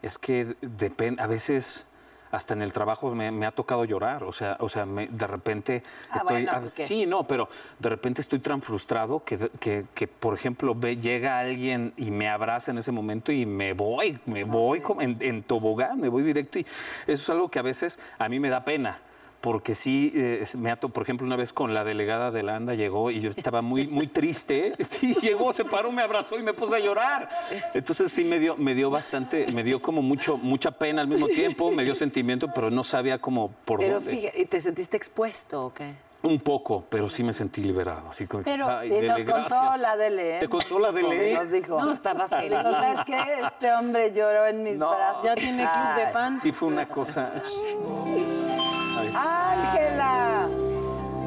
Speaker 8: Es que depende, a veces hasta en el trabajo me, me ha tocado llorar, o sea, o sea, me- de repente estoy,
Speaker 4: bueno,
Speaker 8: a
Speaker 4: ¿por
Speaker 8: veces-
Speaker 4: qué?
Speaker 8: sí, no, pero de repente estoy tan frustrado que, de- que, que, por ejemplo, ve, llega alguien y me abraza en ese momento y me voy, me voy como en, en tobogán, me voy directo y eso es algo que a veces a mí me da pena. porque sí, eh, me ato, por ejemplo, una vez con la delegada de la ANDA llegó y yo estaba muy, muy triste. Sí, llegó, se paró, me abrazó y me puse a llorar. Entonces sí me dio, me dio bastante, me dio como mucho, mucha pena al mismo tiempo, me dio sentimiento, pero no sabía como por
Speaker 5: Pero
Speaker 8: dónde.
Speaker 5: fíjate, ¿y ¿te sentiste expuesto o qué?
Speaker 8: Un poco, pero sí me sentí liberado. Así como, que, ay,
Speaker 4: sí, nos
Speaker 8: Dele,
Speaker 4: contó
Speaker 8: gracias.
Speaker 4: la Dele. ¿eh?
Speaker 8: Te contó la Dele.
Speaker 4: Nos dijo.
Speaker 5: No, estaba feliz.
Speaker 4: Dijo, ¿Sabes qué? Este hombre lloró en mis brazos.
Speaker 6: Ya tiene club de fans.
Speaker 8: Ah, Sí fue una cosa.
Speaker 4: ¡Ángela!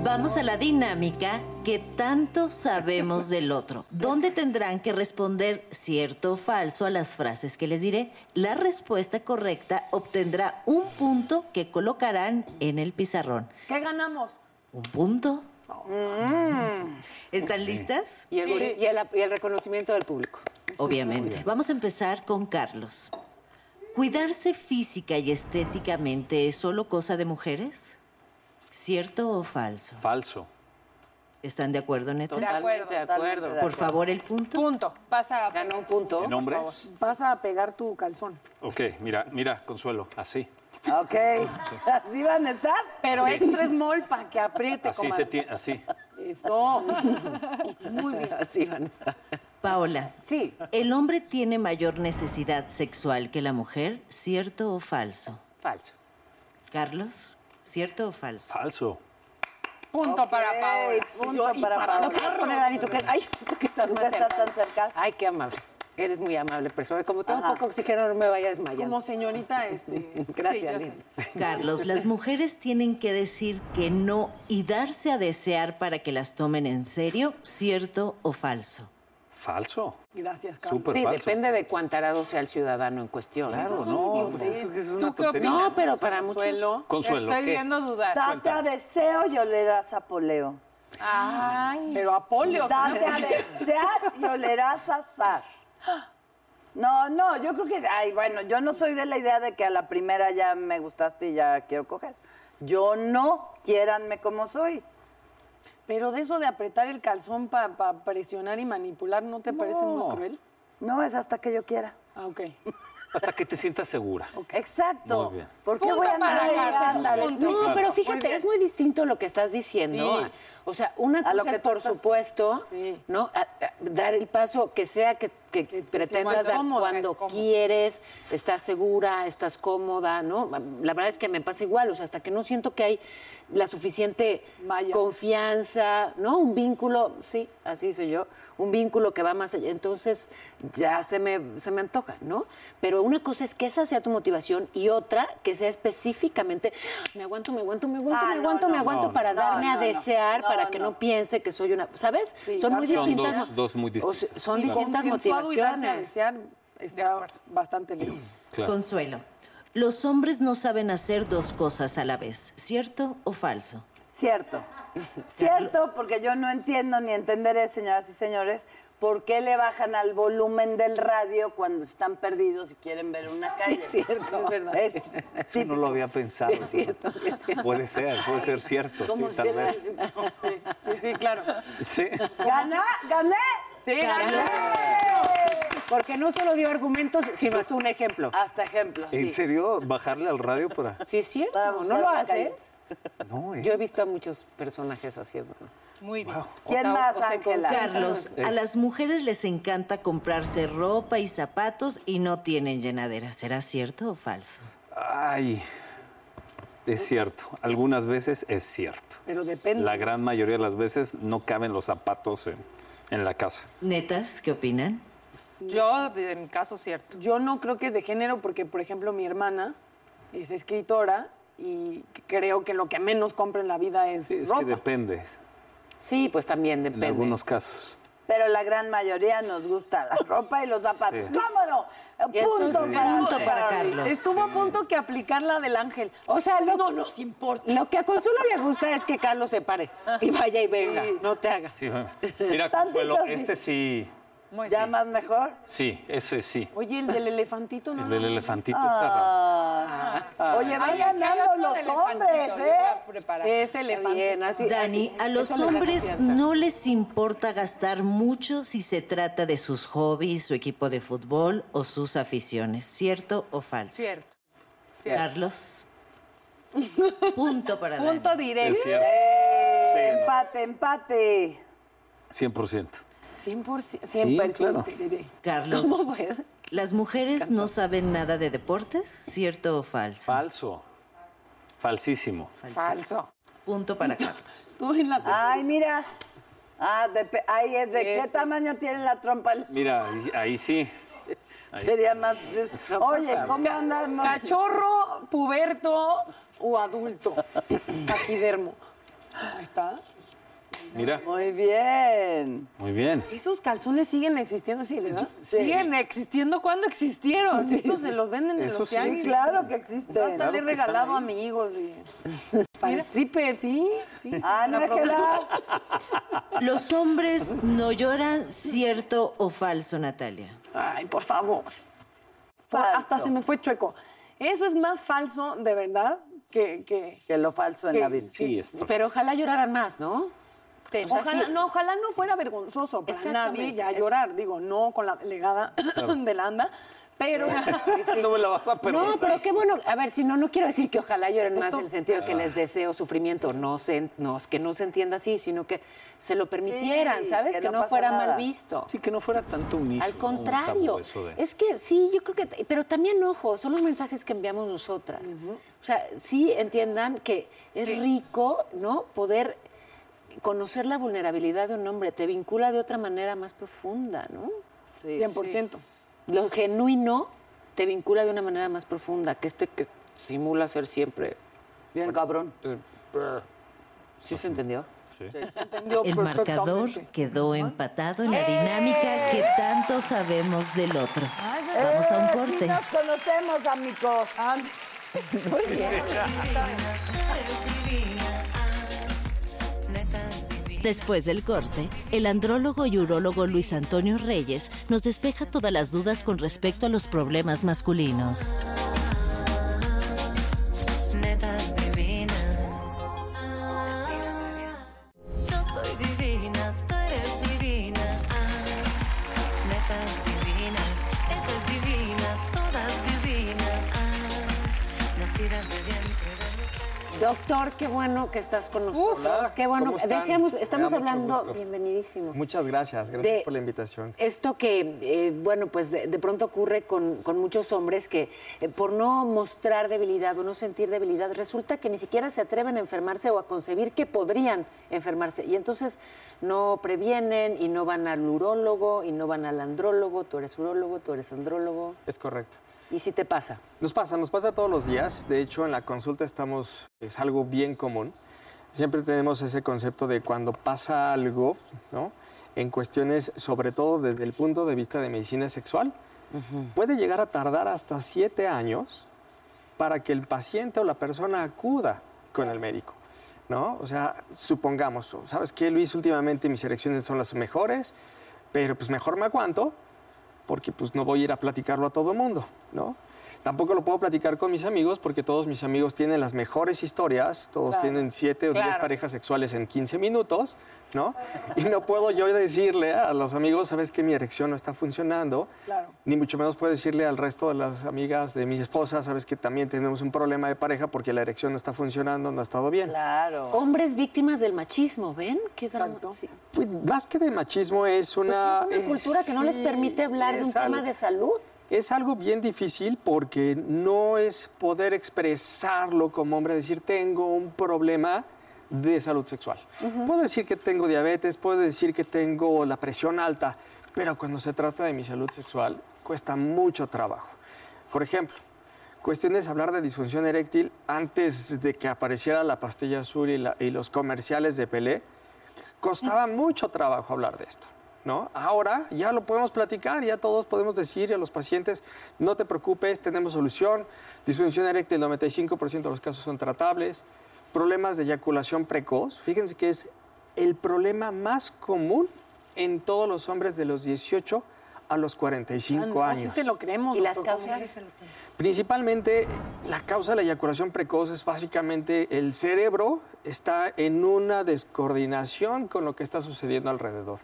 Speaker 3: Vamos a la dinámica que tanto sabemos del otro, donde tendrán que responder cierto o falso a las frases que les diré. La respuesta correcta obtendrá un punto que colocarán en el pizarrón.
Speaker 6: ¿Qué ganamos?
Speaker 3: ¿Un punto? ¿Están listas?
Speaker 5: Mm. Y el,
Speaker 6: Sí.
Speaker 5: y el- y el reconocimiento del público.
Speaker 3: Obviamente. Vamos a empezar con Carlos. ¿Cuidarse física y estéticamente es solo cosa de mujeres? ¿Cierto o falso?
Speaker 8: Falso.
Speaker 3: ¿Están de acuerdo, neta?
Speaker 7: De acuerdo.
Speaker 5: De acuerdo.
Speaker 3: Por favor, el punto.
Speaker 7: Punto. Pasa.
Speaker 5: Ganó un punto.
Speaker 8: ¿En hombres?
Speaker 6: Vas a pegar tu calzón.
Speaker 8: Ok, mira, mira, Consuelo, así.
Speaker 4: Ok. ¿Así van a estar?
Speaker 6: Pero extra small para que apriete,
Speaker 8: Así se
Speaker 6: comadre.
Speaker 8: tiene, así.
Speaker 6: Eso. Muy bien.
Speaker 5: Así van a estar.
Speaker 3: Paola,
Speaker 6: Sí.
Speaker 3: ¿el hombre tiene mayor necesidad sexual que la mujer? ¿Cierto o falso?
Speaker 5: Falso.
Speaker 3: Carlos, ¿cierto o falso?
Speaker 8: Falso.
Speaker 7: Punto para Paola.
Speaker 4: Ey, punto para Paola.
Speaker 5: No puedes poner, Dani, tú que, ay, tú que estás
Speaker 4: Tú que
Speaker 5: más
Speaker 4: estás
Speaker 5: cerca.
Speaker 4: tan cerca.
Speaker 5: Ay, qué amable. Eres muy amable, persona. Como tengo
Speaker 4: Ajá.
Speaker 5: poco oxígeno, no me vaya a desmayar.
Speaker 6: Como señorita, este.
Speaker 5: Gracias,
Speaker 7: Sí, yo
Speaker 5: Lina.
Speaker 3: Carlos, las mujeres tienen que decir que no y darse a desear para que las tomen en serio, ¿cierto o falso?
Speaker 8: Falso.
Speaker 6: Gracias, Carlos.
Speaker 8: Súper
Speaker 5: Sí,
Speaker 8: falso.
Speaker 5: depende de cuán tarado sea el ciudadano en cuestión.
Speaker 8: Claro, no, pues eso es una
Speaker 7: ¿Tú qué
Speaker 8: tontería.
Speaker 7: opinas?
Speaker 5: No, pero para muchos...
Speaker 8: Consuelo,
Speaker 7: Estoy
Speaker 8: ¿qué?
Speaker 7: viendo dudar.
Speaker 4: Date a deseo y olerás a poleo.
Speaker 7: Ay.
Speaker 6: Pero a polio.
Speaker 4: Date a desear y olerás a zar. No, no, yo creo que... Ay, bueno, yo no soy de la idea de que a la primera ya me gustaste y ya quiero coger. Yo no, quiéranme como soy.
Speaker 6: Pero de eso de apretar el calzón para presionar y manipular, ¿no te parece muy cruel?
Speaker 4: No, es hasta que yo quiera.
Speaker 6: Ah, ok.
Speaker 8: Hasta que te sientas segura.
Speaker 4: Exacto.
Speaker 8: Muy bien.
Speaker 4: ¿Por qué
Speaker 7: Punto
Speaker 4: voy a andar
Speaker 7: para
Speaker 4: ahí?
Speaker 7: Carlos,
Speaker 4: Ándale,
Speaker 7: punto.
Speaker 4: sí.
Speaker 5: No,
Speaker 8: claro.
Speaker 5: pero fíjate, es muy distinto lo que estás diciendo. ah.
Speaker 6: Sí.
Speaker 5: O sea, una cosa
Speaker 4: lo que
Speaker 5: es,
Speaker 4: tú
Speaker 5: por
Speaker 4: estás-
Speaker 5: supuesto,
Speaker 6: Sí.
Speaker 5: ¿no? A- a- dar el paso que sea que, que pretendas
Speaker 6: sientas
Speaker 5: dar
Speaker 6: cómoda,
Speaker 5: cuando
Speaker 7: cómoda.
Speaker 5: quieres, estás segura, estás cómoda, ¿no? La verdad es que me pasa igual, o sea, hasta que no siento que hay la suficiente
Speaker 6: Vaya.
Speaker 5: confianza, ¿no? Un vínculo, sí, así soy yo, un vínculo que va más allá. Entonces, ya se me, se me antoja, ¿no? Pero una cosa es que esa sea tu motivación y otra que sea específicamente, "Ah, me aguanto, me aguanto, me aguanto,
Speaker 4: Ah,
Speaker 5: me
Speaker 4: no,
Speaker 5: aguanto,
Speaker 4: no,
Speaker 5: me aguanto
Speaker 8: no,
Speaker 5: para
Speaker 4: no,
Speaker 5: darme
Speaker 4: no,
Speaker 5: a
Speaker 4: no.
Speaker 5: desear,
Speaker 4: No,
Speaker 5: para que
Speaker 4: no.
Speaker 5: no piense que soy una, ¿sabes?
Speaker 6: Sí,
Speaker 5: son muy
Speaker 8: son
Speaker 5: distintas.
Speaker 8: dos- dos muy
Speaker 5: o sea,
Speaker 8: distintas.
Speaker 5: son distintas
Speaker 6: Consensuado y darse a
Speaker 5: motivaciones.
Speaker 6: desear está bastante lejos.
Speaker 8: Claro.
Speaker 3: Consuelo, los hombres no saben hacer dos cosas a la vez, ¿cierto o falso?
Speaker 4: Cierto. Cierto, porque yo no entiendo ni entenderé, señoras y señores, por qué le bajan al volumen del radio cuando están perdidos y quieren ver una calle. es cierto, es verdad.
Speaker 8: Eso no lo había pensado. Puede ser, puede ser cierto. Sí, tal vez.
Speaker 6: Sí, sí, claro.
Speaker 8: Sí.
Speaker 4: ¿Ganá? ¿Gané?
Speaker 6: Sí,
Speaker 5: Porque no solo dio argumentos, sino hasta un ejemplo.
Speaker 4: Hasta ejemplo.
Speaker 8: ¿En
Speaker 4: Sí.
Speaker 8: serio? ¿Bajarle al radio para.?
Speaker 5: Sí, es cierto,
Speaker 4: Para
Speaker 5: ¿no
Speaker 4: buscar
Speaker 5: lo
Speaker 4: la calle.
Speaker 5: haces?
Speaker 8: No, eh.
Speaker 5: Yo he visto a muchos personajes haciéndolo.
Speaker 7: Muy bien.
Speaker 4: ¿Quién
Speaker 5: O sea,
Speaker 4: más,
Speaker 5: o sea,
Speaker 4: Ángela?
Speaker 3: Carlos,
Speaker 8: Eh.
Speaker 3: a las mujeres les encanta comprarse ropa y zapatos y no tienen llenadera. ¿Será cierto o falso?
Speaker 8: Ay. Es cierto. Algunas veces es cierto.
Speaker 6: Pero depende.
Speaker 8: La gran mayoría de las veces no caben los zapatos en, en la casa.
Speaker 3: Netas, ¿qué opinan?
Speaker 7: Yo, de mi caso, cierto.
Speaker 6: Yo no creo que es de género porque, por ejemplo, mi hermana es escritora y creo que lo que menos compra en la vida es
Speaker 8: Sí, es
Speaker 6: ropa.
Speaker 8: que depende.
Speaker 5: Sí, pues también
Speaker 8: En
Speaker 5: depende.
Speaker 8: algunos casos.
Speaker 4: Pero la gran mayoría nos gusta la ropa y los zapatos. ¿Cómo no? Punto
Speaker 5: entonces,
Speaker 4: para,
Speaker 3: punto para Carlos.
Speaker 6: Estuvo a punto que aplicar la del ángel.
Speaker 5: O sea, lo,
Speaker 6: no nos importa.
Speaker 5: lo que a Consuelo le gusta es que Carlos se pare y vaya y venga, no te hagas.
Speaker 8: Sí, mira,
Speaker 4: Tantito
Speaker 8: Consuelo,
Speaker 4: sí.
Speaker 8: este sí.
Speaker 4: ¿Ya más mejor?
Speaker 8: Sí, ese sí.
Speaker 6: Oye, el del elefantito no. Ah.
Speaker 8: El del elefantito está raro.
Speaker 4: Oye, van
Speaker 7: Ah. Ay,
Speaker 4: ganando
Speaker 7: aquel otro
Speaker 4: los
Speaker 7: elefantito,
Speaker 4: hombres,
Speaker 7: yo
Speaker 4: ¿eh?
Speaker 7: iba preparada.
Speaker 6: Es elefantito.
Speaker 5: Bien, así,
Speaker 3: Dani,
Speaker 5: así.
Speaker 3: a los
Speaker 5: Eso le da
Speaker 3: hombres
Speaker 5: confianza.
Speaker 3: no les importa gastar mucho si se trata de sus hobbies, su equipo de fútbol o sus aficiones, ¿cierto o falso?
Speaker 7: Cierto.
Speaker 3: Carlos, Punto para Dani.
Speaker 7: Punto directo.
Speaker 8: Es cierto.
Speaker 4: ¡Eh!
Speaker 8: Sí, no.
Speaker 4: empate, empate.
Speaker 8: 100%.
Speaker 6: 100%. 100%.
Speaker 8: claro.
Speaker 3: Carlos,
Speaker 6: ¿Cómo puede?
Speaker 3: las mujeres no saben nada de deportes, ¿cierto o falso?
Speaker 8: Falso. Falsísimo.
Speaker 6: Falso.
Speaker 3: Punto para Carlos.
Speaker 6: Tú en la
Speaker 4: Ay, mira. Ah, de- ahí es de qué tamaño tiene la trompa.
Speaker 8: Mira, ahí, ahí sí. Ahí.
Speaker 4: Sería más. Oye, ¿cómo andamos?
Speaker 6: Cachorro, puberto o adulto. Taquidermo. Ahí está.
Speaker 8: Mira.
Speaker 4: Muy bien.
Speaker 8: Muy bien.
Speaker 6: Esos calzones siguen existiendo así, ¿verdad?
Speaker 7: Siguen existiendo cuando existieron.
Speaker 6: Esos se los venden en
Speaker 8: Eso
Speaker 6: los
Speaker 8: sí.
Speaker 6: tianguis.
Speaker 4: Sí, claro que existe.
Speaker 6: Hasta le he
Speaker 8: que están
Speaker 6: regalado a
Speaker 8: ahí.
Speaker 6: amigos. y- Para strippers, sí. sí, sí.
Speaker 4: Ah, no, Ángela.
Speaker 3: Los hombres no lloran, ¿cierto o falso, Natalia?
Speaker 6: Ay, por favor. Fue-
Speaker 4: Falso.
Speaker 6: Hasta se me fue chueco. Eso es más falso, de verdad, que... que...
Speaker 4: Que lo falso en la vida.
Speaker 8: Sí, es perfecto.
Speaker 5: Pero ojalá lloraran más, ¿no? O sea,
Speaker 6: Ojalá,
Speaker 5: sí.
Speaker 6: no, ojalá no fuera vergonzoso para
Speaker 5: Exactamente,
Speaker 6: nadie ya
Speaker 5: eso.
Speaker 6: llorar. Digo, no con la legada de la anda, pero...
Speaker 8: No me la vas a perder.
Speaker 5: No, pero qué bueno. A ver, si no, no quiero decir que ojalá lloren más en el sentido
Speaker 4: Ah.
Speaker 5: de que les deseo sufrimiento. No, se, no, que no se entienda así, sino que se lo permitieran,
Speaker 4: Sí,
Speaker 5: ¿sabes?
Speaker 4: que
Speaker 5: Que,
Speaker 4: no
Speaker 5: no,
Speaker 4: pasa
Speaker 5: fuera
Speaker 4: nada.
Speaker 5: mal visto.
Speaker 8: Sí, que no fuera tanto un
Speaker 5: Al contrario, es que sí, yo creo que, pero también ojo, son los mensajes que enviamos nosotras. O sea, sí entiendan que es rico, ¿no? Poder conocer la vulnerabilidad de un hombre, te vincula de otra manera más profunda, ¿no?
Speaker 6: 100%.
Speaker 5: Lo genuino te vincula de una manera más profunda que este que simula ser siempre.
Speaker 4: Bien, cabrón.
Speaker 5: ¿Sí se entendió?
Speaker 6: Entendió
Speaker 3: El
Speaker 5: pues,
Speaker 3: marcador
Speaker 6: perfectamente.
Speaker 3: quedó empatado en la dinámica que tanto sabemos del otro.
Speaker 9: pues,
Speaker 3: Vamos
Speaker 9: eh,
Speaker 3: a un
Speaker 4: Sí
Speaker 3: corte.
Speaker 4: nos conocemos, amigos.
Speaker 3: Después del corte, el andrólogo y urólogo Luis Antonio Reyes nos despeja todas las dudas con respecto a los problemas masculinos.
Speaker 2: Netas divinas. Ah, Yo soy divina, tú eres divina. Ah, netas divinas, esa es divina, todas divinas. Ah, nacidas de vientre de mujer.
Speaker 5: Doctor, qué bueno que estás con nosotros.
Speaker 10: Hola,
Speaker 5: qué bueno.
Speaker 10: ¿cómo están?
Speaker 5: Decíamos,
Speaker 10: Me da
Speaker 5: estamos
Speaker 10: mucho
Speaker 5: hablando,
Speaker 10: gusto.
Speaker 5: bienvenidísimo.
Speaker 10: Muchas gracias, gracias
Speaker 5: De-
Speaker 10: por la invitación.
Speaker 5: Esto que, eh, bueno, pues de, de pronto ocurre con, con muchos hombres que eh, por no mostrar debilidad o no sentir debilidad, resulta que ni siquiera se atreven a enfermarse o a concebir que podrían enfermarse. Y entonces no previenen y no van al urólogo y no van al andrólogo. Tú eres urólogo, tú eres andrólogo.
Speaker 10: Es correcto.
Speaker 5: ¿Y si te pasa?
Speaker 10: Nos pasa, nos pasa todos los días. De hecho, en la consulta estamos, es algo bien común. Siempre tenemos ese concepto de cuando pasa algo, ¿no? En cuestiones, sobre todo desde el punto de vista de medicina sexual, puede llegar a tardar hasta siete años para que el paciente o la persona acuda con el médico, ¿no? O sea, supongamos, ¿sabes qué, Luis? Últimamente mis erecciones son las mejores, pero pues mejor me aguanto porque pues no voy a ir a platicarlo a todo mundo, ¿no? Tampoco lo puedo platicar con mis amigos porque todos mis amigos tienen las mejores historias, todos tienen siete o diez parejas sexuales en 15 minutos, ¿no? Y no puedo yo decirle a los amigos, sabes que mi erección no está funcionando, ni mucho menos puedo decirle al resto de las amigas de mi esposa, sabes que también tenemos un problema de pareja porque la erección no está funcionando, no ha estado bien.
Speaker 4: Claro.
Speaker 5: Hombres víctimas del machismo, ¿ven? Qué drama- Sí.
Speaker 10: Pues más que de machismo es una... eh,
Speaker 5: Pues Una cultura que no les
Speaker 10: sí,
Speaker 5: permite hablar de un
Speaker 10: es algo-
Speaker 5: tema de salud.
Speaker 10: Es algo bien difícil porque no es poder expresarlo como hombre, decir tengo un problema de salud sexual. Puedo decir que tengo diabetes, puedo decir que tengo la presión alta, pero cuando se trata de mi salud sexual cuesta mucho trabajo. Por ejemplo, cuestiones hablar de disfunción eréctil antes de que apareciera la pastilla azul y, la- y los comerciales de Pelé, costaba mucho trabajo hablar de esto. ¿No? Ahora ya lo podemos platicar, ya todos podemos decir a los pacientes, no te preocupes, tenemos solución, disfunción eréctil, el 95% de los casos son tratables, problemas de eyaculación precoz, fíjense que es el problema más común en todos los hombres de los 18 a los 45
Speaker 6: Ah, no,
Speaker 10: años.
Speaker 6: Así se lo creemos.
Speaker 5: ¿Y las
Speaker 6: doctor, ¿cómo
Speaker 5: causas?
Speaker 6: sí se lo creemos?
Speaker 10: Principalmente, la causa de la eyaculación precoz es básicamente el cerebro está en una descoordinación con lo que está sucediendo alrededor.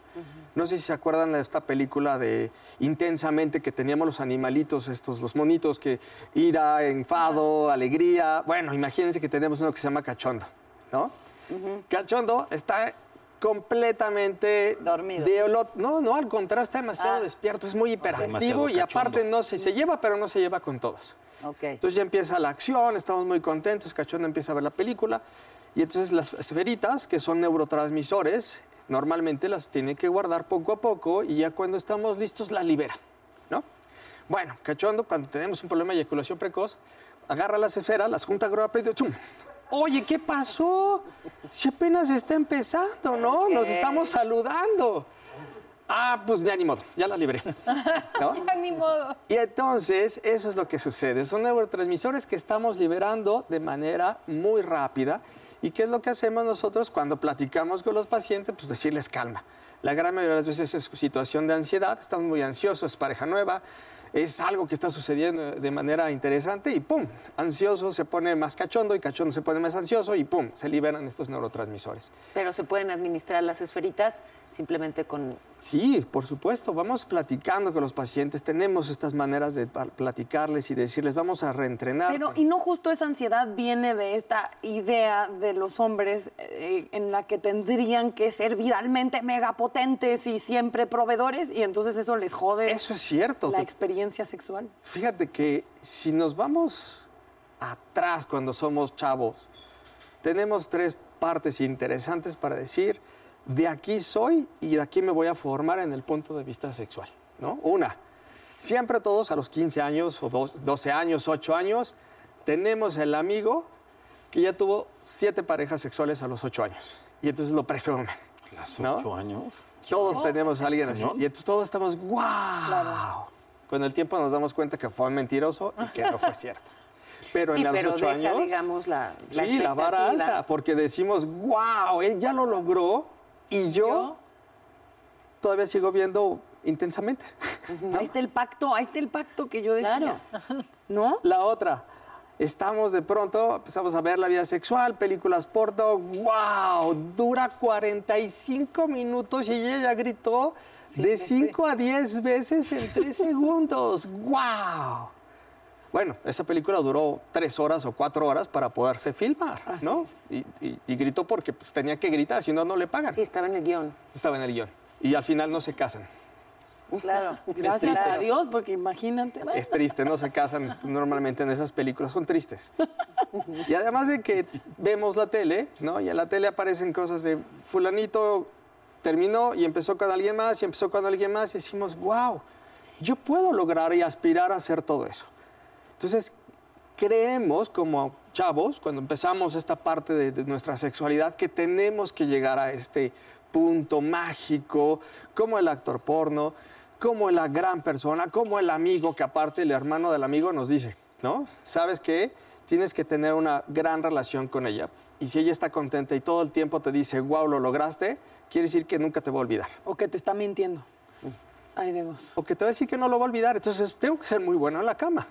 Speaker 10: No sé si se acuerdan de esta película de Intensamente que teníamos los animalitos, estos, los monitos, que ira, enfado, alegría. Bueno, imagínense que tenemos uno que se llama cachondo, ¿no? Cachondo está completamente dormido. no, no, al contrario, está demasiado despierto, es muy hiperactivo
Speaker 8: Demasiado
Speaker 10: y aparte no se, se lleva, pero no se lleva con todos. Entonces ya empieza la acción, estamos muy contentos, Cachondo empieza a ver la película y entonces las esferitas, que son neurotransmisores, normalmente las tiene que guardar poco a poco y ya cuando estamos listos las libera, ¿no? Bueno, Cachondo, cuando tenemos un problema de eyaculación precoz, agarra las esferas, las junta rápido, ¡chum! Oye, ¿qué pasó? Si apenas está empezando, ¿no? Nos estamos saludando. Ah, pues ya ni modo, ya la libré. ¿no?
Speaker 7: Ya ni modo.
Speaker 10: Y entonces, eso es lo que sucede. Son neurotransmisores que estamos liberando de manera muy rápida. ¿Y qué es lo que hacemos nosotros cuando platicamos con los pacientes? Pues decirles calma. La gran mayoría de las veces es situación de ansiedad, estamos muy ansiosos, es pareja nueva, es algo que está sucediendo de manera interesante y ¡pum! Ansioso se pone más cachondo y cachondo se pone más ansioso y ¡pum! Se liberan estos neurotransmisores.
Speaker 5: Pero se pueden administrar las esferitas simplemente con...
Speaker 10: Sí, por supuesto, vamos platicando con los pacientes, tenemos estas maneras de pa- platicarles y decirles, vamos a reentrenar.
Speaker 6: Pero, y no justo esa ansiedad viene de esta idea de los hombres eh, en la que tendrían que ser viralmente megapotentes y siempre proveedores, y entonces eso les jode.
Speaker 10: Eso es cierto.
Speaker 6: La
Speaker 10: Te-
Speaker 6: experiencia sexual.
Speaker 10: Fíjate que si nos vamos atrás cuando somos chavos, tenemos tres partes interesantes para decir, de aquí soy y de aquí me voy a formar en el punto de vista sexual, ¿no? Una, siempre todos a los 15 años o do- 12 años, 8 años, tenemos el amigo que ya tuvo siete parejas sexuales a los 8 años y entonces lo presume.
Speaker 8: ¿Las
Speaker 10: ¿no?
Speaker 8: ocho años?
Speaker 10: Todos tenemos a alguien así.
Speaker 8: Cañón.
Speaker 10: Y entonces todos estamos, ¡guau! Con el tiempo nos damos cuenta que fue mentiroso y que no fue cierto. Pero
Speaker 5: sí,
Speaker 10: en los
Speaker 5: pero
Speaker 10: ocho
Speaker 5: deja,
Speaker 10: años.
Speaker 5: digamos, la, la
Speaker 10: sí, la vara
Speaker 5: expectativa.
Speaker 10: alta, porque decimos, wow, él ya lo logró y yo, todavía sigo viendo intensamente.
Speaker 6: Ahí está el pacto, ahí está el pacto que yo decía.
Speaker 10: ¿No? La otra. Estamos de pronto, empezamos a ver la vida sexual, películas porno, wow, dura 45 minutos y ella ya gritó de 5 a 10 veces en 3 segundos, wow. Ah. Bueno, esa película duró 3 horas o 4 horas para poderse filmar, ¿no? Y, y- y gritó porque pues, tenía que gritar, si no, no le pagan. Sí,
Speaker 5: estaba en el guión.
Speaker 10: Estaba en el guión. Y al final no se casan.
Speaker 6: Claro.
Speaker 10: Es
Speaker 6: Gracias
Speaker 10: triste.
Speaker 6: a Dios, porque imagínate.
Speaker 10: Es triste, no se casan normalmente en esas películas, son tristes. Y además de que vemos la tele, ¿no? Y en la tele aparecen cosas de fulanito terminó y empezó con alguien más y empezó con alguien más y decimos, wow, yo puedo lograr y aspirar a hacer todo eso. Entonces, creemos como chavos, cuando empezamos esta parte de, de nuestra sexualidad, que tenemos que llegar a este punto mágico, como el actor porno, como la gran persona, como el amigo, que aparte el hermano del amigo nos dice, ¿no? ¿Sabes qué? Tienes que tener una gran relación con ella. Y si ella está contenta y todo el tiempo te dice, wow, lo lograste, quiere decir que nunca te va a olvidar.
Speaker 6: O que te está mintiendo. Hay de dos.
Speaker 10: O que te va a decir que no lo va a olvidar. Entonces, tengo que ser muy bueno en la cama.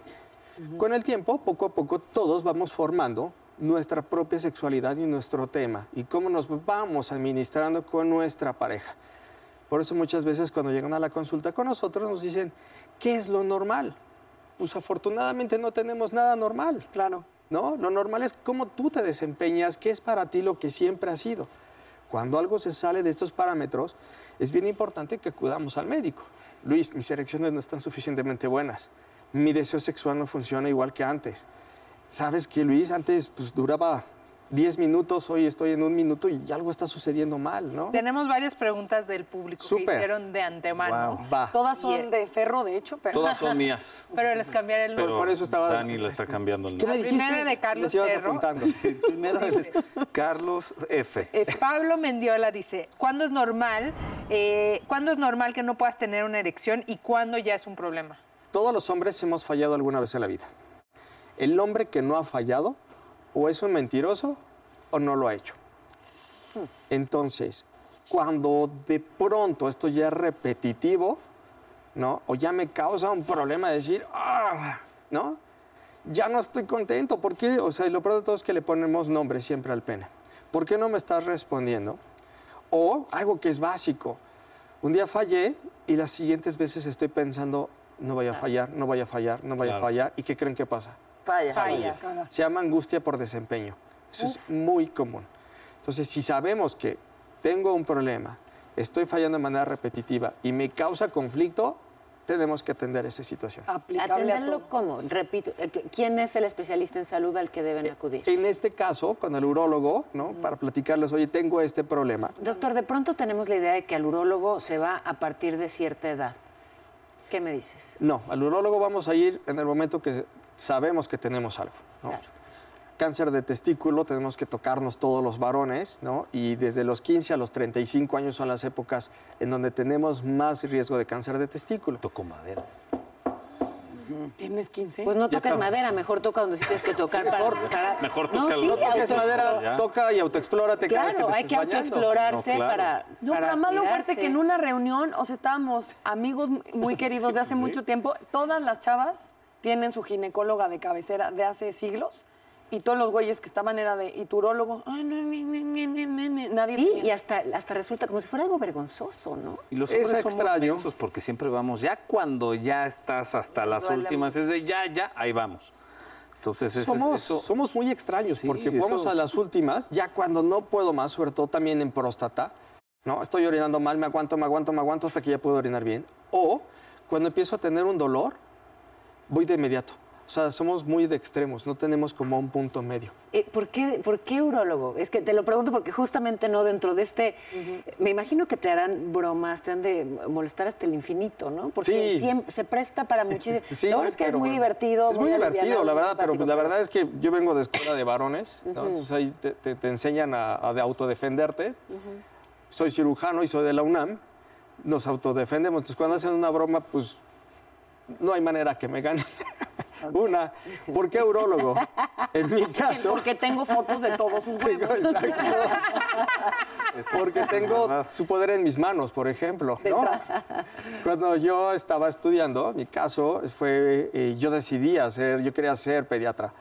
Speaker 10: Con el tiempo, poco a poco, todos vamos formando nuestra propia sexualidad y nuestro tema y cómo nos vamos administrando con nuestra pareja. Por eso muchas veces cuando llegan a la consulta con nosotros nos dicen, ¿qué es lo normal? Pues afortunadamente no tenemos nada normal. Claro. ¿No? Lo normal es cómo tú te desempeñas, qué es para ti lo que siempre ha sido. Cuando algo se sale de estos parámetros, es bien importante que acudamos al médico. Luis, mis erecciones no están suficientemente buenas. Mi deseo sexual no funciona igual que antes. Sabes que Luis antes pues, duraba 10 minutos, hoy estoy en un minuto y algo está sucediendo mal, ¿no?
Speaker 7: Tenemos varias preguntas del público que
Speaker 10: Súper.
Speaker 7: hicieron de antemano.
Speaker 10: Guau. Va.
Speaker 6: Todas
Speaker 7: Y,
Speaker 6: son
Speaker 7: eh,
Speaker 6: de ferro, de hecho, pero.
Speaker 8: Todas son mías.
Speaker 7: Pero les cambiaré el
Speaker 8: Pero
Speaker 7: nombre.
Speaker 8: Dani la está cambiando el nombre.
Speaker 7: La primera de Carlos Ferro.
Speaker 8: Sí, primero es Carlos F.
Speaker 7: Pablo Mendiola dice, ¿cuándo es normal, eh, cuándo es normal que no puedas tener una erección y cuándo ya es un problema?
Speaker 10: Todos los hombres hemos fallado alguna vez en la vida. El hombre que no ha fallado o es un mentiroso o no lo ha hecho. Entonces, cuando de pronto esto ya es repetitivo, ¿no? O ya me causa un problema decir, ah, ¿no? Ya no estoy contento. ¿Por qué? O sea, y lo peor de todo es que le ponemos nombre siempre al pene. ¿Por qué no me estás respondiendo? O algo que es básico. Un día fallé y las siguientes veces estoy pensando, no vaya a fallar, no vaya a fallar, no vaya
Speaker 4: Claro.
Speaker 10: a fallar. ¿Y qué creen que pasa?
Speaker 4: Falla.
Speaker 10: Fallas. Se llama angustia por desempeño. Eso es muy común. Entonces, si sabemos que tengo un problema, estoy fallando de manera repetitiva y me causa conflicto, tenemos que atender esa situación.
Speaker 5: Ah.
Speaker 6: Aplicable a
Speaker 5: ¿Atenderlo cómo? Repito, eh, ¿quién es el especialista en salud al que deben acudir?
Speaker 10: En este caso, con el urólogo, ¿no? Para platicarles, oye, tengo este problema.
Speaker 5: Doctor, de pronto tenemos la idea de que al urólogo se va a partir de cierta edad. ¿Qué me dices?
Speaker 10: No, al urólogo vamos a ir en el momento que sabemos que tenemos algo. ¿no? Cáncer de testículo, tenemos que tocarnos todos los varones, ¿no? Y desde los 15 a los 35 años son las épocas en donde tenemos más riesgo de cáncer de testículo. Toco madera.
Speaker 6: ¿Tienes 15?
Speaker 5: Pues no
Speaker 10: Ya
Speaker 5: toques
Speaker 10: estamos.
Speaker 5: madera, mejor toca donde sí tienes que tocar para... para- No, sí,
Speaker 10: No toques
Speaker 5: autoexplora.
Speaker 10: madera, toca y autoexplórate cada vez
Speaker 5: Claro,
Speaker 10: que te
Speaker 5: hay
Speaker 10: estés
Speaker 5: que
Speaker 10: bañando.
Speaker 5: autoexplorarse
Speaker 10: No, claro.
Speaker 5: para...
Speaker 6: No,
Speaker 5: para
Speaker 6: pero más lo
Speaker 5: cuidarse.
Speaker 6: fuerte que en una reunión, o sea, estábamos amigos muy queridos de hace mucho tiempo, todas las chavas tienen su ginecóloga de cabecera de hace siglos. Y todos los güeyes que estaban era de y tu urólogo, Ay, no, mi, mi, mi, mi, mi, mi". Nadie
Speaker 5: Sí, y hasta, hasta resulta como si fuera algo vergonzoso, ¿no?
Speaker 8: Y los hombres somos mensos porque siempre vamos, ya cuando ya estás hasta las
Speaker 5: duele
Speaker 8: últimas, es de ya, ya, ahí vamos. Entonces, ese es-
Speaker 10: somos,
Speaker 8: eso-
Speaker 10: somos muy extraños
Speaker 8: Sí,
Speaker 10: porque vamos
Speaker 8: eso-
Speaker 10: a las últimas, ya cuando no puedo más, sobre todo también en próstata, ¿no? Estoy orinando mal, me aguanto, me aguanto, me aguanto hasta que ya puedo orinar bien. O cuando empiezo a tener un dolor, voy de inmediato. O sea, somos muy de extremos, no tenemos como un punto medio.
Speaker 5: Eh, ¿por, qué, ¿Por qué urólogo? Es que te lo pregunto porque justamente no dentro de este... Me imagino que te harán bromas, te han de molestar hasta el infinito, ¿no? Porque
Speaker 10: Sí.
Speaker 5: siempre, se presta para muchísimo...
Speaker 10: Sí,
Speaker 5: lo bueno es que es
Speaker 10: pero
Speaker 5: muy
Speaker 10: bueno.
Speaker 5: divertido.
Speaker 10: Es muy divertido,
Speaker 5: alivianado,
Speaker 10: la
Speaker 5: muy
Speaker 10: verdad, pero
Speaker 5: simpático,
Speaker 10: pues, la verdad es que yo vengo de escuela de varones, ¿no?
Speaker 5: Ujú.
Speaker 10: entonces ahí te, te- te enseñan a, a de autodefenderte. Soy cirujano y soy de la UNAM, nos autodefendemos, entonces cuando hacen una broma, pues no hay manera que me ganen. Una, ¿por qué urólogo? En mi caso,
Speaker 6: Porque tengo fotos de todos sus huevos.
Speaker 10: porque tengo su poder en mis manos, por ejemplo. ¿no? Cuando yo estaba estudiando, mi caso fue, eh, yo decidí hacer, yo quería ser pediatra,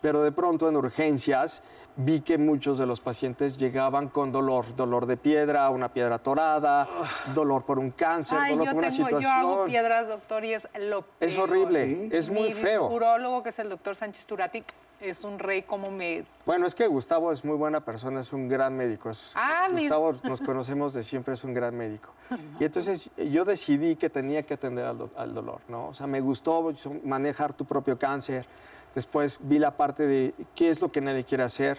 Speaker 10: pero de pronto en urgencias vi que muchos de los pacientes llegaban con dolor, dolor de piedra, una piedra torada, dolor por un cáncer,
Speaker 7: Ay,
Speaker 10: dolor
Speaker 7: yo,
Speaker 10: por una
Speaker 7: tengo, yo
Speaker 10: situación.
Speaker 7: hago piedras, doctor, y es lo
Speaker 10: Es
Speaker 7: peor.
Speaker 10: horrible, es muy
Speaker 7: Mi
Speaker 10: feo.
Speaker 7: urólogo, que es el doctor Sánchez Turati, es un rey como me...
Speaker 10: Bueno, es que Gustavo es muy buena persona, es un gran médico. es-
Speaker 7: Ah, mira.
Speaker 10: Gustavo nos conocemos de siempre, es un gran médico. Y entonces eh, yo decidí que tenía que atender al, do- al dolor, ¿no? O sea, me gustó so- manejar tu propio cáncer. Después vi la parte de qué es lo que nadie quiere hacer.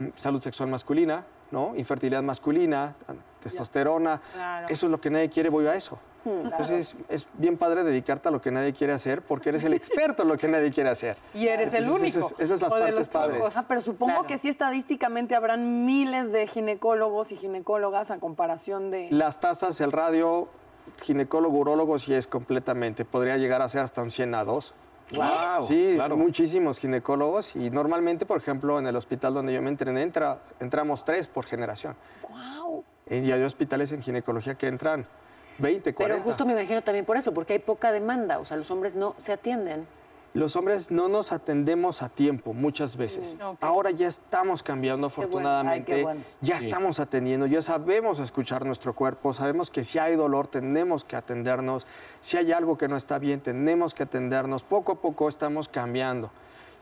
Speaker 10: Mm, Salud sexual masculina, ¿no? Infertilidad masculina, an- testosterona.
Speaker 9: Claro.
Speaker 10: Eso es lo que nadie quiere, voy a eso.
Speaker 9: Mm, claro.
Speaker 10: Entonces es bien padre dedicarte a lo que nadie quiere hacer porque eres el experto en lo que nadie quiere hacer.
Speaker 7: Y eres el
Speaker 10: Entonces,
Speaker 7: único,
Speaker 10: esas- esas las
Speaker 7: o de
Speaker 10: partes
Speaker 7: los
Speaker 10: padres.
Speaker 6: Ah, pero supongo que sí estadísticamente habrán miles de ginecólogos y ginecólogas a comparación de...
Speaker 10: Las tasas, el radio, ginecólogo, urólogo, sí es completamente. Podría llegar a ser hasta un 100 a 2.
Speaker 8: Guau,
Speaker 10: sí, muchísimos ginecólogos y normalmente, por ejemplo, en el hospital donde yo me entrené, entra- entramos tres por generación. Eh, Y hay hospitales en ginecología que entran 20, 40.
Speaker 5: Pero justo me imagino también por eso, porque hay poca demanda, o sea, los hombres no se atienden.
Speaker 10: Los hombres no nos atendemos a tiempo muchas veces.
Speaker 5: Mm, ok.
Speaker 10: Ahora ya estamos cambiando
Speaker 5: bueno. Ay,
Speaker 10: afortunadamente.
Speaker 5: qué bueno.
Speaker 10: Ya
Speaker 5: Sí.
Speaker 10: estamos atendiendo, ya sabemos escuchar nuestro cuerpo, sabemos que si hay dolor tenemos que atendernos, si hay algo que no está bien tenemos que atendernos. Poco a poco estamos cambiando.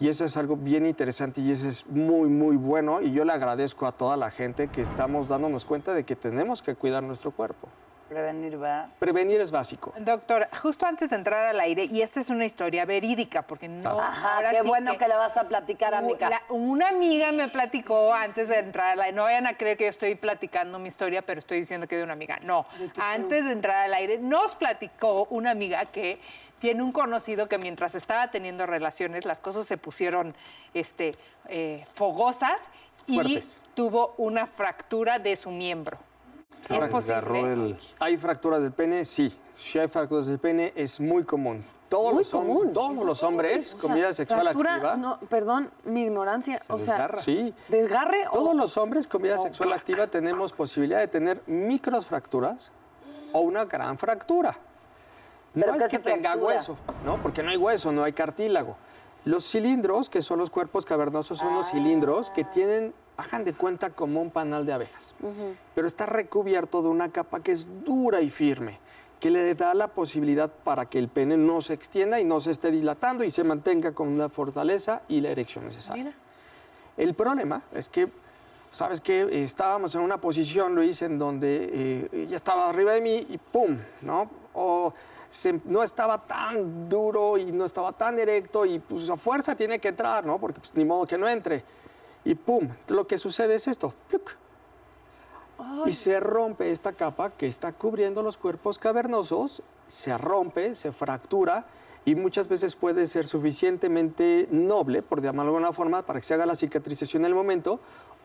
Speaker 10: Y eso es algo bien interesante y eso es muy, muy bueno. Y yo le agradezco a toda la gente que estamos dándonos cuenta de que tenemos que cuidar nuestro cuerpo.
Speaker 4: Prevenir va.
Speaker 10: Prevenir es básico.
Speaker 7: Doctor, justo antes de entrar al aire, y esta es una historia verídica, porque no...
Speaker 4: Ajá,
Speaker 7: ahora
Speaker 4: qué
Speaker 7: sí
Speaker 4: bueno que... la vas a platicar,
Speaker 7: u-
Speaker 4: amiga.
Speaker 7: la- una amiga me platicó antes de entrar al aire. No vayan a creer que yo estoy platicando mi historia, pero estoy diciendo que de una amiga. No. Antes de entrar al aire, nos platicó una amiga que tiene un conocido que mientras estaba teniendo relaciones, las cosas se pusieron este, eh, fogosas y
Speaker 10: Fuertes.
Speaker 7: tuvo una fractura de su miembro.
Speaker 10: Ahora, ¿Hay fracturas del pene? Sí. Si hay fracturas del pene, es muy común. Todos los, hom- todos los hombres
Speaker 6: O sea,
Speaker 10: con vida sexual
Speaker 6: fractura,
Speaker 10: activa.
Speaker 6: No, perdón, mi ignorancia. o sea,
Speaker 10: Sí.
Speaker 6: ¿Desgarre?
Speaker 10: Todos los hombres con vida sexual activa tenemos posibilidad de tener microfracturas o una gran fractura. No
Speaker 4: ¿Pero
Speaker 10: es
Speaker 4: qué
Speaker 10: que
Speaker 4: se
Speaker 10: tenga
Speaker 4: fractura?
Speaker 10: hueso, ¿no? Porque no hay hueso, no hay cartílago. Los cilindros, que son los cuerpos cavernosos, son
Speaker 6: Ah.
Speaker 10: unos cilindros que tienen, hagan de cuenta como un panal de abejas pero está recubierto de una capa que es dura y firme, que le da la posibilidad para que el pene no se extienda y no se esté dilatando y se mantenga con la fortaleza y la erección necesaria. El problema es que, ¿sabes qué? Estábamos en una posición, Luis, en donde eh, ella estaba arriba de mí y ¡pum! ¿No? O se- no estaba tan duro y no estaba tan erecto y pues a fuerza tiene que entrar, ¿no? Porque pues, ni modo que no entre. Y ¡pum! Lo que sucede es esto. ¡pluc! Y se rompe esta capa que está cubriendo los cuerpos cavernosos, se rompe, se fractura y muchas veces puede ser suficientemente noble, por llamarlo de alguna forma, para que se haga la cicatrización en el momento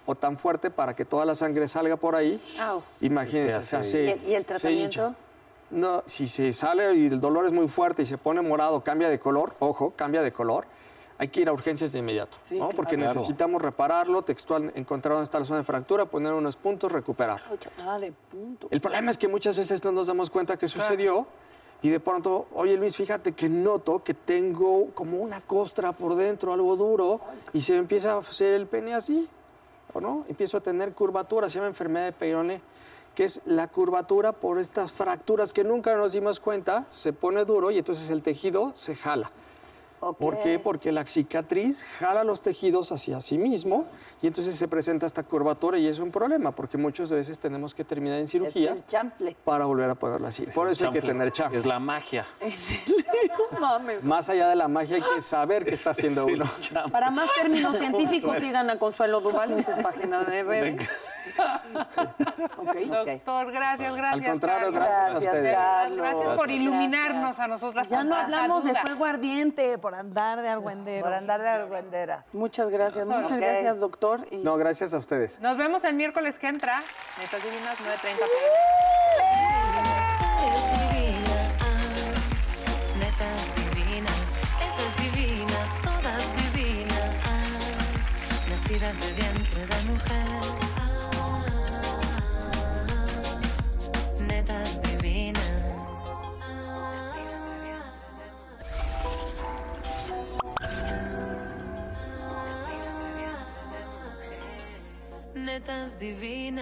Speaker 10: o tan fuerte para que toda la sangre salga por ahí.
Speaker 5: Au.
Speaker 10: Imagínense, se
Speaker 5: Se te hace
Speaker 10: hace...
Speaker 5: ahí. ¿Y el- y el
Speaker 10: se
Speaker 5: tratamiento?
Speaker 10: hincha. No, si se sale y el dolor es muy fuerte y se pone morado, cambia de color, ojo, cambia de color, hay que ir a urgencias de inmediato,
Speaker 6: Sí,
Speaker 10: ¿no?
Speaker 6: claro.
Speaker 10: Porque
Speaker 6: Claro.
Speaker 10: necesitamos repararlo, textual, encontrar dónde está la zona de fractura, poner unos puntos, recuperarlo.
Speaker 6: Ah, de punto.
Speaker 10: El problema es que muchas veces no nos damos cuenta que sucedió y de pronto, oye Luis, fíjate que noto que tengo como una costra por dentro, algo duro, y se me empieza a hacer el pene así, ¿o no? Empiezo a tener curvatura, se llama enfermedad de Peyroné, que es la curvatura por estas fracturas que nunca nos dimos cuenta, se pone duro y entonces el tejido se jala. ¿Por qué? Porque la cicatriz jala los tejidos hacia sí mismo y entonces se presenta esta curvatura y es un problema porque muchas veces tenemos que terminar en cirugía
Speaker 4: el chample.
Speaker 10: para volver a ponerla así. Por
Speaker 8: el
Speaker 10: eso hay que
Speaker 8: chanfle.
Speaker 10: tener chanfle.
Speaker 8: Es la magia.
Speaker 6: No mames.
Speaker 10: Más allá de la magia hay que saber qué está haciendo
Speaker 8: Sí,
Speaker 10: uno.
Speaker 6: Para más términos científicos, sigan a Consuelo Duval en sus páginas de redes. Ok.
Speaker 7: Doctor, gracias, gracias.
Speaker 10: contrario, gracias a
Speaker 7: Carlos.
Speaker 10: Gracias, ustedes.
Speaker 7: Gracias,
Speaker 4: Carlos.
Speaker 7: gracias por iluminarnos a nosotras.
Speaker 9: Pues Ya no
Speaker 7: con tanta
Speaker 9: hablamos de
Speaker 7: duda.
Speaker 9: fuego ardiente por andar de argüendero.
Speaker 4: Por andar de argüendera.
Speaker 6: Muchas gracias, muchas
Speaker 7: Ok.
Speaker 6: gracias, doctor. Y
Speaker 10: No, gracias a ustedes.
Speaker 7: Nos vemos el miércoles que entra. Netas divinas 9.30
Speaker 2: Eres divina, ah, netas divinas, esa es divina, todas divinas, ah, nacidas de vientre de mujer. ah, Netas divinas. Netas divinas.